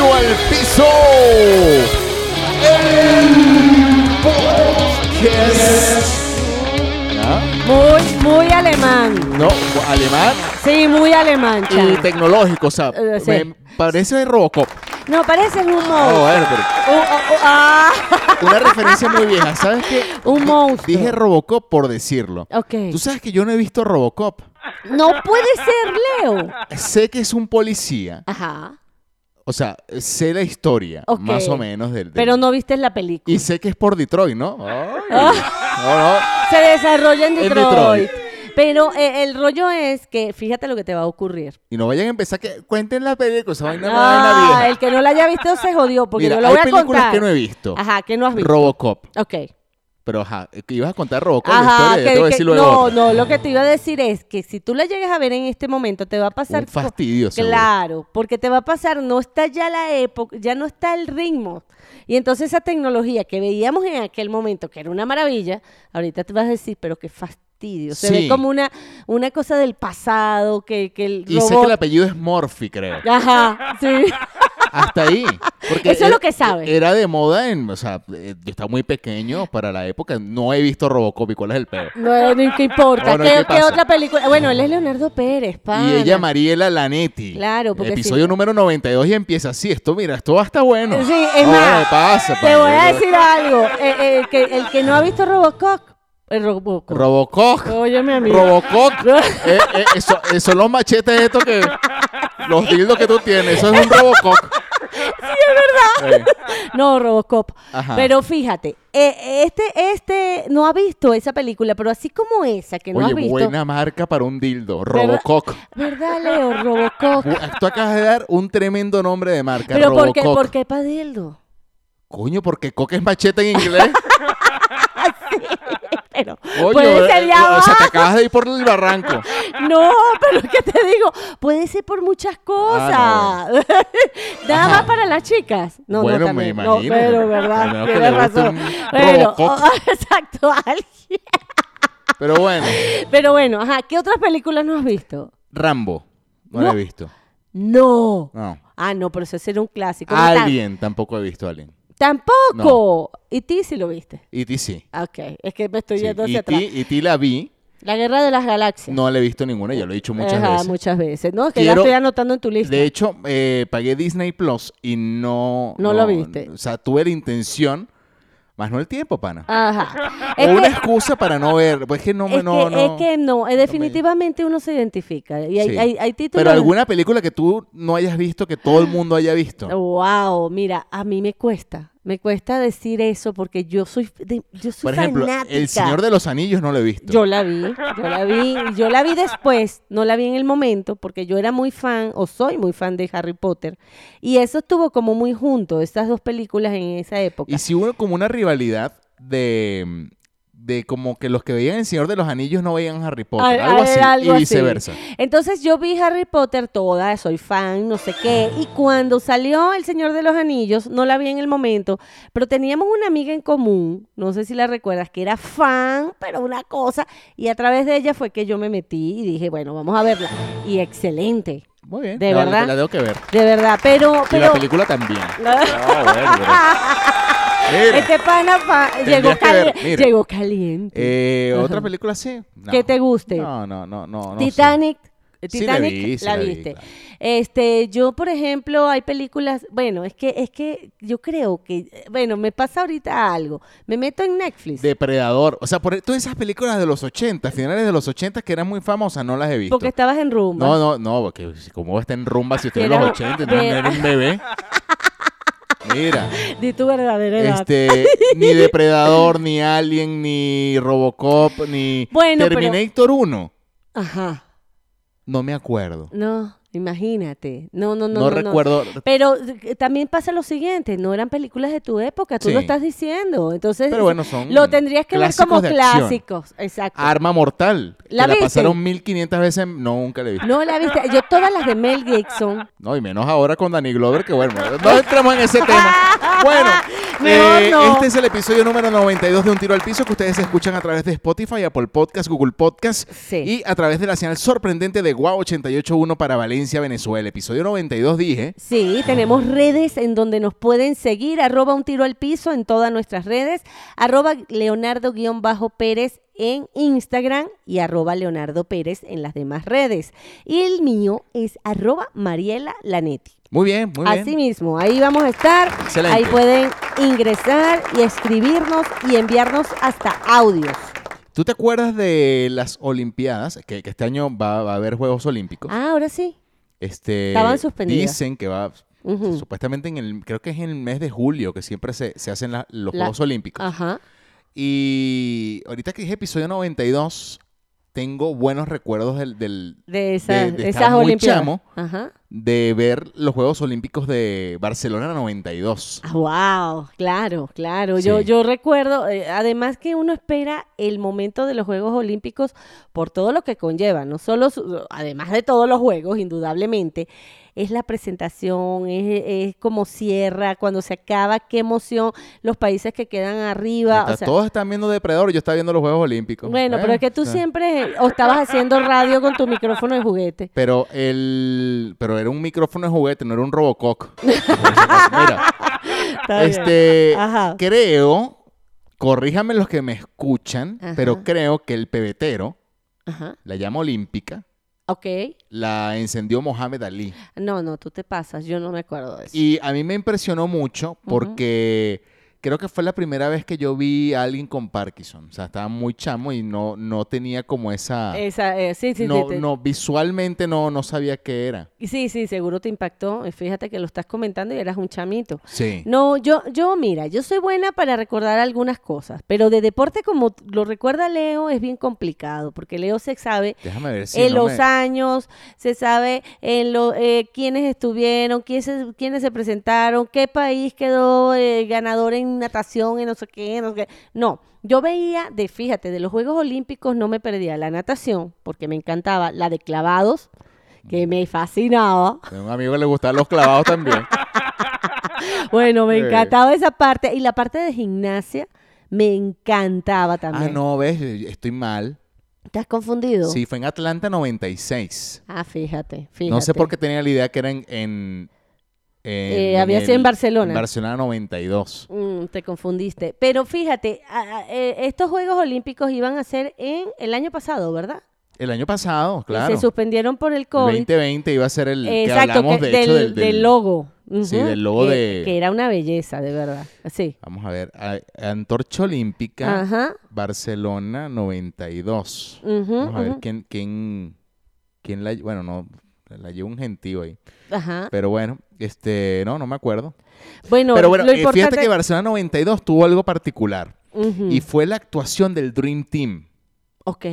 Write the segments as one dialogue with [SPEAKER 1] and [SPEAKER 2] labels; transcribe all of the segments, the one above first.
[SPEAKER 1] al piso.
[SPEAKER 2] Muy, muy alemán.
[SPEAKER 1] No, alemán
[SPEAKER 2] Sí, muy alemán,
[SPEAKER 1] y
[SPEAKER 2] chamo.
[SPEAKER 1] tecnológico, o sea,
[SPEAKER 2] Eh, sí.
[SPEAKER 1] me parece Robocop.
[SPEAKER 2] No, parece un
[SPEAKER 1] Ah,
[SPEAKER 2] monstruo.
[SPEAKER 1] bueno, pero
[SPEAKER 2] Un- un- un- ah.
[SPEAKER 1] una referencia muy vieja, ¿sabes qué?
[SPEAKER 2] Un
[SPEAKER 1] Di-
[SPEAKER 2] monstruo.
[SPEAKER 1] Dije Robocop por decirlo.
[SPEAKER 2] Ok.
[SPEAKER 1] Tú sabes que yo no he visto Robocop.
[SPEAKER 2] No puede ser, Leo.
[SPEAKER 1] Sé que es un policía,
[SPEAKER 2] Ajá.
[SPEAKER 1] o sea, sé la historia,
[SPEAKER 2] Ok.
[SPEAKER 1] más o menos, del... del-
[SPEAKER 2] Pero no viste la película.
[SPEAKER 1] Y sé que es por Detroit, ¿no? Ay. No, no.
[SPEAKER 2] Se desarrolla en
[SPEAKER 1] En
[SPEAKER 2] Detroit.
[SPEAKER 1] Detroit.
[SPEAKER 2] Pero eh, el rollo es que fíjate lo que te va a ocurrir.
[SPEAKER 1] Y no vayan a empezar que cuenten la película, esa vaina
[SPEAKER 2] Ah,
[SPEAKER 1] vaina vieja.
[SPEAKER 2] el que no la haya visto se jodió porque
[SPEAKER 1] Mira,
[SPEAKER 2] yo lo
[SPEAKER 1] hay
[SPEAKER 2] voy a
[SPEAKER 1] películas
[SPEAKER 2] contar.
[SPEAKER 1] que no he visto.
[SPEAKER 2] Ajá, que no has visto.
[SPEAKER 1] Robocop.
[SPEAKER 2] ok.
[SPEAKER 1] Pero ajá, que ibas a contar Robocop la
[SPEAKER 2] Ajá,
[SPEAKER 1] historia, ya te voy a
[SPEAKER 2] que-
[SPEAKER 1] decir
[SPEAKER 2] que-
[SPEAKER 1] luego.
[SPEAKER 2] no,
[SPEAKER 1] otra.
[SPEAKER 2] no, lo que te iba a decir es que si tú la llegas a ver en este momento te va a pasar
[SPEAKER 1] Un
[SPEAKER 2] co-
[SPEAKER 1] fastidio, seguro.
[SPEAKER 2] Claro, porque te va a pasar, no está ya la época, ya no está el ritmo. Y entonces esa tecnología que veíamos en aquel momento, que era una maravilla, ahorita te vas a decir, pero qué fastidio. Se
[SPEAKER 1] Sí.
[SPEAKER 2] ve como una, una cosa del pasado, que, que el
[SPEAKER 1] Y sé que el
[SPEAKER 2] robot...
[SPEAKER 1] apellido es Murphy, creo.
[SPEAKER 2] Ajá, sí.
[SPEAKER 1] Hasta ahí.
[SPEAKER 2] Eso
[SPEAKER 1] Porque
[SPEAKER 2] es
[SPEAKER 1] era-
[SPEAKER 2] lo que sabes.
[SPEAKER 1] Era de moda en, o sea, eh, yo estaba muy pequeño para la época, no he visto Robocop y cuál es el peor.
[SPEAKER 2] No, ni que importa.
[SPEAKER 1] Bueno, ¿y
[SPEAKER 2] ¿Qué,
[SPEAKER 1] qué
[SPEAKER 2] qué
[SPEAKER 1] pasa?
[SPEAKER 2] otra película? Bueno, él es Leonardo Pérez, pana.
[SPEAKER 1] Y ella, Mariela Lanetti.
[SPEAKER 2] Claro, porque
[SPEAKER 1] Episodio
[SPEAKER 2] sí.
[SPEAKER 1] número 92 y empieza así. Esto, mira, esto va a estar bueno.
[SPEAKER 2] Sí, es
[SPEAKER 1] No,
[SPEAKER 2] más,
[SPEAKER 1] me pasa,
[SPEAKER 2] te
[SPEAKER 1] pana,
[SPEAKER 2] voy a
[SPEAKER 1] yo-
[SPEAKER 2] decir algo. Eh, eh, el, que, el que no ha visto Robocop, el Robocop.
[SPEAKER 1] Robocop.
[SPEAKER 2] Óyeme a mí.
[SPEAKER 1] Robocop. Eh, eh, eso, eso son los machetes estos que. Los dildos que tú tienes. Eso es un Robocop. Sí, es verdad.
[SPEAKER 2] No, Robocop.
[SPEAKER 1] Ajá.
[SPEAKER 2] Pero fíjate, eh, este, este no ha visto esa película, pero así como esa que no
[SPEAKER 1] Oye,
[SPEAKER 2] has visto.
[SPEAKER 1] buena marca para un dildo.
[SPEAKER 2] ¿verdad-
[SPEAKER 1] Robocop.
[SPEAKER 2] ¿Verdad, Leo? Robocop.
[SPEAKER 1] Bu- Tú acabas de dar un tremendo nombre de marca.
[SPEAKER 2] Pero ¿por qué,
[SPEAKER 1] Robocop.
[SPEAKER 2] ¿por qué Padildo?
[SPEAKER 1] Coño, porque coque es machete en inglés.
[SPEAKER 2] Pero
[SPEAKER 1] Coño,
[SPEAKER 2] puede
[SPEAKER 1] eh,
[SPEAKER 2] ser ya
[SPEAKER 1] o sea,
[SPEAKER 2] va.
[SPEAKER 1] te acabas de ir por el barranco.
[SPEAKER 2] No, pero ¿qué te digo? Puede ser por muchas cosas.
[SPEAKER 1] Ah,
[SPEAKER 2] Nada
[SPEAKER 1] Ajá.
[SPEAKER 2] más para las chicas. No,
[SPEAKER 1] Bueno, me
[SPEAKER 2] no, también.
[SPEAKER 1] imagino.
[SPEAKER 2] No, pero
[SPEAKER 1] A menos
[SPEAKER 2] verdad,
[SPEAKER 1] que
[SPEAKER 2] tienes
[SPEAKER 1] le guste
[SPEAKER 2] razón.
[SPEAKER 1] un
[SPEAKER 2] Bueno,
[SPEAKER 1] Robocop.
[SPEAKER 2] exacto, alguien.
[SPEAKER 1] Pero bueno,
[SPEAKER 2] Pero bueno, ajá, ¿qué otras películas no has visto?
[SPEAKER 1] Rambo. No, lo he visto.
[SPEAKER 2] No.
[SPEAKER 1] No.
[SPEAKER 2] Ah, no, pero eso era un clásico. ¿no? Tan-
[SPEAKER 1] Alguien tampoco he visto a alguien.
[SPEAKER 2] Tampoco. Y ti sí lo viste.
[SPEAKER 1] Y ti sí. E
[SPEAKER 2] Ah, Ok, es que me estoy yendo hacia atrás.
[SPEAKER 1] Y ti la vi.
[SPEAKER 2] La guerra de las galaxias.
[SPEAKER 1] No la he visto ninguna, ya lo he dicho muchas
[SPEAKER 2] Ajá,
[SPEAKER 1] veces.
[SPEAKER 2] muchas veces, ¿no? Que
[SPEAKER 1] Quiero-
[SPEAKER 2] ya estoy anotando en tu lista.
[SPEAKER 1] De hecho, eh, pagué Disney Plus y no.
[SPEAKER 2] No lo viste.
[SPEAKER 1] O sea, tuve la intención, más no el tiempo, pana.
[SPEAKER 2] Ajá.
[SPEAKER 1] o una excusa para no ver. Pues es que no me.
[SPEAKER 2] Ah, es,
[SPEAKER 1] No,
[SPEAKER 2] que,
[SPEAKER 1] no.
[SPEAKER 2] es que no, eh, definitivamente uno se identifica. Y hay,
[SPEAKER 1] Sí.
[SPEAKER 2] hay- hay títulos.
[SPEAKER 1] Pero alguna película que tú no hayas visto, que todo el mundo haya visto.
[SPEAKER 2] Wow, mira, a mí me cuesta. Me cuesta decir eso porque yo soy, de- yo soy
[SPEAKER 1] Por ejemplo,
[SPEAKER 2] fanática.
[SPEAKER 1] El Señor de los Anillos no lo he visto.
[SPEAKER 2] Yo la vi, yo la vi, yo la vi después, no la vi en el momento, porque yo era muy fan, o soy muy fan de Harry Potter, y eso estuvo como muy junto, estas dos películas en esa época.
[SPEAKER 1] Y si hubo como una rivalidad de. De como que los que veían El Señor de los Anillos no veían Harry Potter.
[SPEAKER 2] Ah,
[SPEAKER 1] algo
[SPEAKER 2] ah,
[SPEAKER 1] así.
[SPEAKER 2] era algo
[SPEAKER 1] y
[SPEAKER 2] así.
[SPEAKER 1] viceversa.
[SPEAKER 2] Entonces yo vi Harry Potter toda, soy fan, no sé qué, y cuando salió El Señor de los Anillos, no la vi en el momento, pero teníamos una amiga en común, no sé si la recuerdas, que era fan, pero una cosa, y a través de ella fue que yo me metí y dije, bueno, vamos a verla, y excelente,
[SPEAKER 1] Muy bien.
[SPEAKER 2] ¿De
[SPEAKER 1] la-
[SPEAKER 2] verdad?
[SPEAKER 1] La tengo que ver.
[SPEAKER 2] de verdad, pero...
[SPEAKER 1] Y la
[SPEAKER 2] pero
[SPEAKER 1] película también. Ah, bueno, pero- Mira.
[SPEAKER 2] Este pana pa- llegó,
[SPEAKER 1] Tendrías que ver,
[SPEAKER 2] cali-
[SPEAKER 1] mira.
[SPEAKER 2] llegó caliente.
[SPEAKER 1] Eh,
[SPEAKER 2] Ajá.
[SPEAKER 1] ¿Otra película sí? No.
[SPEAKER 2] que te guste.
[SPEAKER 1] No, no, no, no. no sé.
[SPEAKER 2] Titanic.
[SPEAKER 1] Sí la vi,
[SPEAKER 2] Titanic
[SPEAKER 1] sí
[SPEAKER 2] la,
[SPEAKER 1] la vi,
[SPEAKER 2] viste.
[SPEAKER 1] claro.
[SPEAKER 2] Este, yo por ejemplo, hay películas, bueno, es que es que yo creo que bueno, me pasa ahorita algo. Me meto en Netflix
[SPEAKER 1] Depredador. O sea, por todas esas películas de los 80, finales de los 80 que eran muy famosas, no las he visto.
[SPEAKER 2] porque estabas en rumba.
[SPEAKER 1] No, no, no, porque como está en rumba si usted en los
[SPEAKER 2] Era-
[SPEAKER 1] 80, no
[SPEAKER 2] era-
[SPEAKER 1] era un bebé. Mira,
[SPEAKER 2] Di tu verdadera edad.
[SPEAKER 1] este, ni Depredador, ni Alien, ni Robocop, ni
[SPEAKER 2] Bueno, pero-
[SPEAKER 1] Terminator 1.
[SPEAKER 2] Ajá.
[SPEAKER 1] No me acuerdo.
[SPEAKER 2] No, imagínate. No, no, no.
[SPEAKER 1] No, recuerdo.
[SPEAKER 2] Pero eh, también pasa lo siguiente, no eran películas de tu época, tú
[SPEAKER 1] Sí.
[SPEAKER 2] lo estás diciendo. Entonces,
[SPEAKER 1] Pero bueno, son
[SPEAKER 2] lo tendrías que ver
[SPEAKER 1] clásicos
[SPEAKER 2] como
[SPEAKER 1] de acción.
[SPEAKER 2] clásicos. Exacto.
[SPEAKER 1] Arma Mortal.
[SPEAKER 2] ¿La
[SPEAKER 1] que la
[SPEAKER 2] viste?
[SPEAKER 1] pasaron 1500 veces, no, nunca le he visto.
[SPEAKER 2] No la viste. Yo todas las de Mel Gibson.
[SPEAKER 1] No, y menos ahora con Danny Glover, que bueno, no entramos en ese tema. Bueno,
[SPEAKER 2] Mejor
[SPEAKER 1] Eh,
[SPEAKER 2] no.
[SPEAKER 1] Este es el episodio número 92 de Un Tiro al Piso que ustedes escuchan a través de Spotify, Apple Podcast, Google Podcast
[SPEAKER 2] Sí.
[SPEAKER 1] y a través de la señal sorprendente de Guau 881 para Valencia, Venezuela. Episodio 92 dije.
[SPEAKER 2] Sí, tenemos redes en donde nos pueden seguir, arroba un tiro al piso en todas nuestras redes, arroba leonardo-pérez en Instagram y arroba leonardo pérez en las demás redes. Y el mío es arroba mariela lanetti.
[SPEAKER 1] Muy bien, muy
[SPEAKER 2] Así
[SPEAKER 1] bien.
[SPEAKER 2] mismo, ahí vamos a estar,
[SPEAKER 1] Excelente.
[SPEAKER 2] ahí pueden ingresar y escribirnos y enviarnos hasta audios.
[SPEAKER 1] ¿Tú te acuerdas de las Olimpiadas? Que, que este año va, va a haber Juegos Olímpicos.
[SPEAKER 2] Ah, ahora sí.
[SPEAKER 1] Este,
[SPEAKER 2] Estaban suspendidas.
[SPEAKER 1] Dicen que va,
[SPEAKER 2] Ujú.
[SPEAKER 1] supuestamente en el, creo que es en el mes de julio que siempre se, se hacen la- los
[SPEAKER 2] La-
[SPEAKER 1] Juegos Olímpicos.
[SPEAKER 2] Ajá.
[SPEAKER 1] Y ahorita que dije episodio 92, tengo buenos recuerdos del, del-
[SPEAKER 2] De esas,
[SPEAKER 1] de- de
[SPEAKER 2] esas
[SPEAKER 1] estar muy
[SPEAKER 2] olimpiadas.
[SPEAKER 1] chamo.
[SPEAKER 2] Ajá.
[SPEAKER 1] de ver los Juegos Olímpicos de Barcelona 92.
[SPEAKER 2] Wow, Ah, claro, claro. Yo,
[SPEAKER 1] Sí.
[SPEAKER 2] yo recuerdo, eh, además que uno espera el momento de los Juegos Olímpicos por todo lo que conlleva, no solo, su- además de todos los Juegos, indudablemente, es la presentación, es, es como cierra, cuando se acaba, qué emoción, los países que quedan arriba.
[SPEAKER 1] Está-
[SPEAKER 2] Ah, o sea,
[SPEAKER 1] todos están viendo Depredador, yo estaba viendo los Juegos Olímpicos.
[SPEAKER 2] bueno, pero es que tú
[SPEAKER 1] ¿eh? o sea,
[SPEAKER 2] siempre o estabas haciendo radio con tu micrófono de juguete.
[SPEAKER 1] Pero, el, pero era un micrófono de juguete, no era un Robocock. Mira,
[SPEAKER 2] Está bien.
[SPEAKER 1] este,
[SPEAKER 2] Ajá.
[SPEAKER 1] creo, corríjame los que me escuchan,
[SPEAKER 2] Ajá.
[SPEAKER 1] pero creo que el pebetero,
[SPEAKER 2] Ajá.
[SPEAKER 1] la llama olímpica,
[SPEAKER 2] Ok.
[SPEAKER 1] la encendió Mohamed Ali.
[SPEAKER 2] No, no, tú te pasas, yo no me acuerdo de eso.
[SPEAKER 1] Y a mí me impresionó mucho porque creo que fue la primera vez que yo vi a alguien con Parkinson. O sea, estaba muy chamo y no, no tenía como esa...
[SPEAKER 2] Esa, eh, sí, sí, sí,
[SPEAKER 1] no,
[SPEAKER 2] te-
[SPEAKER 1] no, visualmente no, no sabía qué era.
[SPEAKER 2] Y Sí, sí, seguro te impactó. eh, Fíjate que lo estás comentando y eras un chamito.
[SPEAKER 1] Sí.
[SPEAKER 2] No, yo, yo, mira, yo soy buena para recordar algunas cosas, pero de deporte como t- lo recuerda Leo es bien complicado, porque Leo se sabe
[SPEAKER 1] Déjame ver si
[SPEAKER 2] en
[SPEAKER 1] no
[SPEAKER 2] los
[SPEAKER 1] me-
[SPEAKER 2] años, se sabe en lo, eh, quiénes estuvieron, quiénes se, quiénes se presentaron, qué país quedó eh, ganador en natación, en no sé qué, no sé qué. No, yo veía, de fíjate, de los Juegos Olímpicos no me perdía la natación, porque me encantaba, la de clavados, que me fascinaba.
[SPEAKER 1] Tengo un amigo que le gustaban los clavados también.
[SPEAKER 2] Bueno, me
[SPEAKER 1] Sí.
[SPEAKER 2] encantaba esa parte. Y la parte de gimnasia me encantaba
[SPEAKER 1] ah,
[SPEAKER 2] también.
[SPEAKER 1] no, ves, estoy mal.
[SPEAKER 2] ¿Estás confundido?
[SPEAKER 1] Sí, fue en Atlanta 96.
[SPEAKER 2] Ah, fíjate, fíjate.
[SPEAKER 1] No sé por qué tenía la idea que era en... en- en-
[SPEAKER 2] Eh, había sido en Barcelona.
[SPEAKER 1] En Barcelona 92.
[SPEAKER 2] Mm, te confundiste. Pero fíjate, a- a- eh, estos Juegos Olímpicos iban a ser en el año pasado, ¿verdad?
[SPEAKER 1] El año pasado,
[SPEAKER 2] Y
[SPEAKER 1] claro.
[SPEAKER 2] se suspendieron por el
[SPEAKER 1] El
[SPEAKER 2] COVID.
[SPEAKER 1] 2020 iba a ser el que
[SPEAKER 2] Exacto,
[SPEAKER 1] hablamos
[SPEAKER 2] que-
[SPEAKER 1] de hecho del, del-
[SPEAKER 2] logo.
[SPEAKER 1] Sí,
[SPEAKER 2] Ujú,
[SPEAKER 1] del logo
[SPEAKER 2] que-
[SPEAKER 1] de-
[SPEAKER 2] Que era una belleza, de verdad. Sí.
[SPEAKER 1] Vamos a ver, a- Antorcha Olímpica,
[SPEAKER 2] Ajá.
[SPEAKER 1] Barcelona 92.
[SPEAKER 2] ujú,
[SPEAKER 1] Vamos a ver
[SPEAKER 2] ujú,
[SPEAKER 1] quién, quién, quién la... Bueno, no, la llevó un gentío ahí.
[SPEAKER 2] Ajá.
[SPEAKER 1] Pero bueno, este, no, no me acuerdo.
[SPEAKER 2] Bueno,
[SPEAKER 1] Pero bueno,
[SPEAKER 2] lo
[SPEAKER 1] eh,
[SPEAKER 2] importante...
[SPEAKER 1] fíjate que Barcelona 92 tuvo algo particular.
[SPEAKER 2] Ujú,
[SPEAKER 1] Y fue la actuación del Dream Team,
[SPEAKER 2] Ok,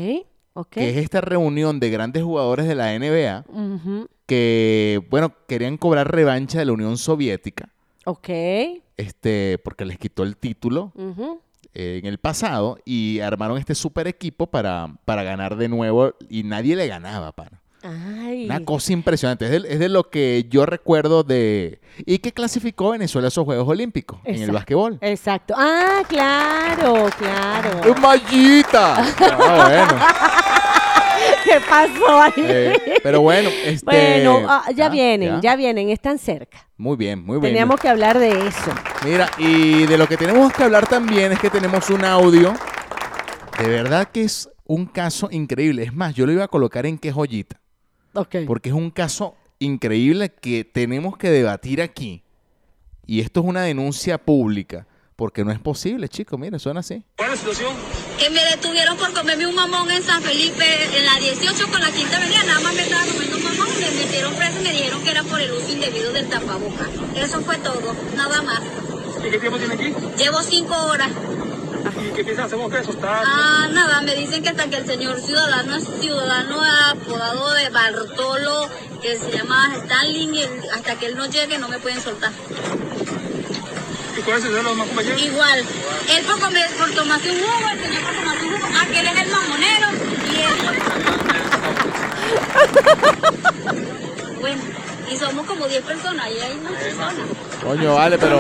[SPEAKER 2] ok.
[SPEAKER 1] que es esta reunión de grandes jugadores de la NBA
[SPEAKER 2] ujú,
[SPEAKER 1] que, bueno, querían cobrar revancha de la Unión Soviética.
[SPEAKER 2] Ok.
[SPEAKER 1] este, porque les quitó el título
[SPEAKER 2] ujú.
[SPEAKER 1] eh, en el pasado y armaron este super equipo para, para ganar de nuevo y nadie le ganaba, pana.
[SPEAKER 2] Ay.
[SPEAKER 1] Una cosa impresionante. Es de, es de lo que yo recuerdo de... Y que clasificó Venezuela a esos Juegos Olímpicos en el
[SPEAKER 2] Exacto.
[SPEAKER 1] basquetbol.
[SPEAKER 2] Exacto. Ah, claro, claro.
[SPEAKER 1] ¡Mallita! Ah,
[SPEAKER 2] ¿Qué pasó ahí?
[SPEAKER 1] bueno. Eh, pero bueno, este...
[SPEAKER 2] Bueno, ah, ya
[SPEAKER 1] ah,
[SPEAKER 2] vienen, ya. vienen, están cerca.
[SPEAKER 1] Muy bien, muy bien.
[SPEAKER 2] Teníamos que hablar de eso.
[SPEAKER 1] Mira, y de lo que tenemos que hablar también es que tenemos un audio. De verdad que es un caso increíble. Es más, yo lo iba a colocar en qué joyita.
[SPEAKER 2] Ok.
[SPEAKER 1] Porque es un caso increíble que tenemos que debatir aquí. Y esto es una denuncia pública. Porque no es posible, chicos. Mira, suena así.
[SPEAKER 3] que me detuvieron por comerme un mamón en San Felipe, en la 18 con la quinta avenida, nada más me estaba comiendo un mamón, me metieron preso y me dijeron que era por el uso indebido del tapaboca. Eso fue todo, nada más.
[SPEAKER 4] ¿Y qué tiempo tiene aquí?
[SPEAKER 3] Llevo cinco horas.
[SPEAKER 4] ¿Y qué piensan hacer con pesos? Está...
[SPEAKER 3] Ah, nada, me dicen que hasta que el señor ciudadano es ciudadano apodado de Bartolo, que se llamaba Stalin, y él- hasta que él no llegue no me pueden soltar.
[SPEAKER 4] ¿Y cuál es el de los más compañeros?
[SPEAKER 3] Igual, él por, comer, por tomarse un jugo, el señor por tomarse un jugo, aquel es el mamonero y él. Bueno, Y somos como 10 personas y hay una persona.
[SPEAKER 1] Coño, vale, pero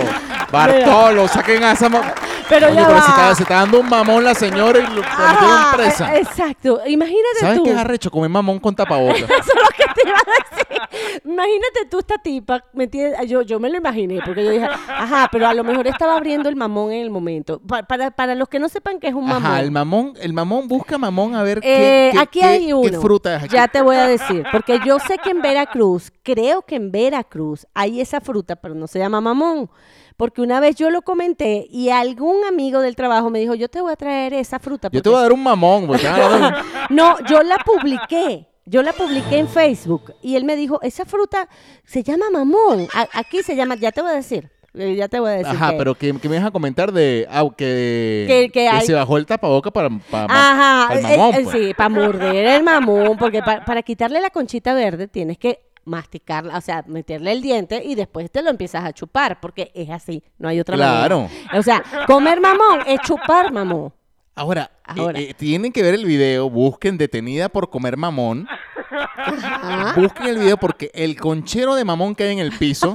[SPEAKER 1] Bartolo, saquen a esa. ma-
[SPEAKER 2] Pero
[SPEAKER 1] Coño,
[SPEAKER 2] ya
[SPEAKER 1] pero
[SPEAKER 2] va.
[SPEAKER 1] se está, se está dando un mamón la señora y lo la metieron
[SPEAKER 2] Ajá,
[SPEAKER 1] presa.
[SPEAKER 2] e- Exacto. Imagínate
[SPEAKER 1] ¿Sabes
[SPEAKER 2] tú.
[SPEAKER 1] qué es arrecho? Comer mamón con tapabocas.
[SPEAKER 2] Eso es lo que te iba a decir. Imagínate tú esta tipa, ¿me entiendes? Yo, yo me lo imaginé, porque yo dije, ajá, pero a lo mejor estaba abriendo el mamón en el momento. Pa- para, para los que no sepan qué es un mamón.
[SPEAKER 1] Ajá, el mamón, el mamón busca mamón a ver qué,
[SPEAKER 2] Eh,
[SPEAKER 1] qué-
[SPEAKER 2] aquí
[SPEAKER 1] qué-
[SPEAKER 2] hay uno.
[SPEAKER 1] qué fruta es aquí.
[SPEAKER 2] Ya te voy a decir, porque yo sé que en Veracruz, creo que en Veracruz hay esa fruta, pero no se llama mamón, porque una vez yo lo comenté y algún amigo del trabajo me dijo, yo te voy a traer esa fruta.
[SPEAKER 1] Yo te
[SPEAKER 2] porque
[SPEAKER 1] voy a dar un mamón, pues, porque están hablando de-
[SPEAKER 2] no, yo la publiqué. Yo la publiqué en Facebook y él me dijo, esa fruta se llama mamón. A- aquí se llama, ya te voy a decir. eh, Ya te voy a decir.
[SPEAKER 1] Ajá,
[SPEAKER 2] que-
[SPEAKER 1] pero que, que me dejas comentar de. Ah, que,
[SPEAKER 2] Que- que hay-
[SPEAKER 1] se bajó el tapaboca para, para,
[SPEAKER 2] Ajá,
[SPEAKER 1] para el
[SPEAKER 2] eh,
[SPEAKER 1] mamón.
[SPEAKER 2] eh,
[SPEAKER 1] pues.
[SPEAKER 2] sí, para morder el mamón, porque pa- para quitarle la conchita verde tienes que masticarla, o sea, meterle el diente y después te lo empiezas a chupar, porque es así, no hay otra
[SPEAKER 1] Claro.
[SPEAKER 2] manera. O sea, comer mamón es chupar mamón.
[SPEAKER 1] Ahora, eh,
[SPEAKER 2] Ahora.
[SPEAKER 1] eh, tienen que ver el video, busquen detenida por comer mamón.
[SPEAKER 2] Ah.
[SPEAKER 1] Busquen el video porque el conchero de mamón que hay en el piso.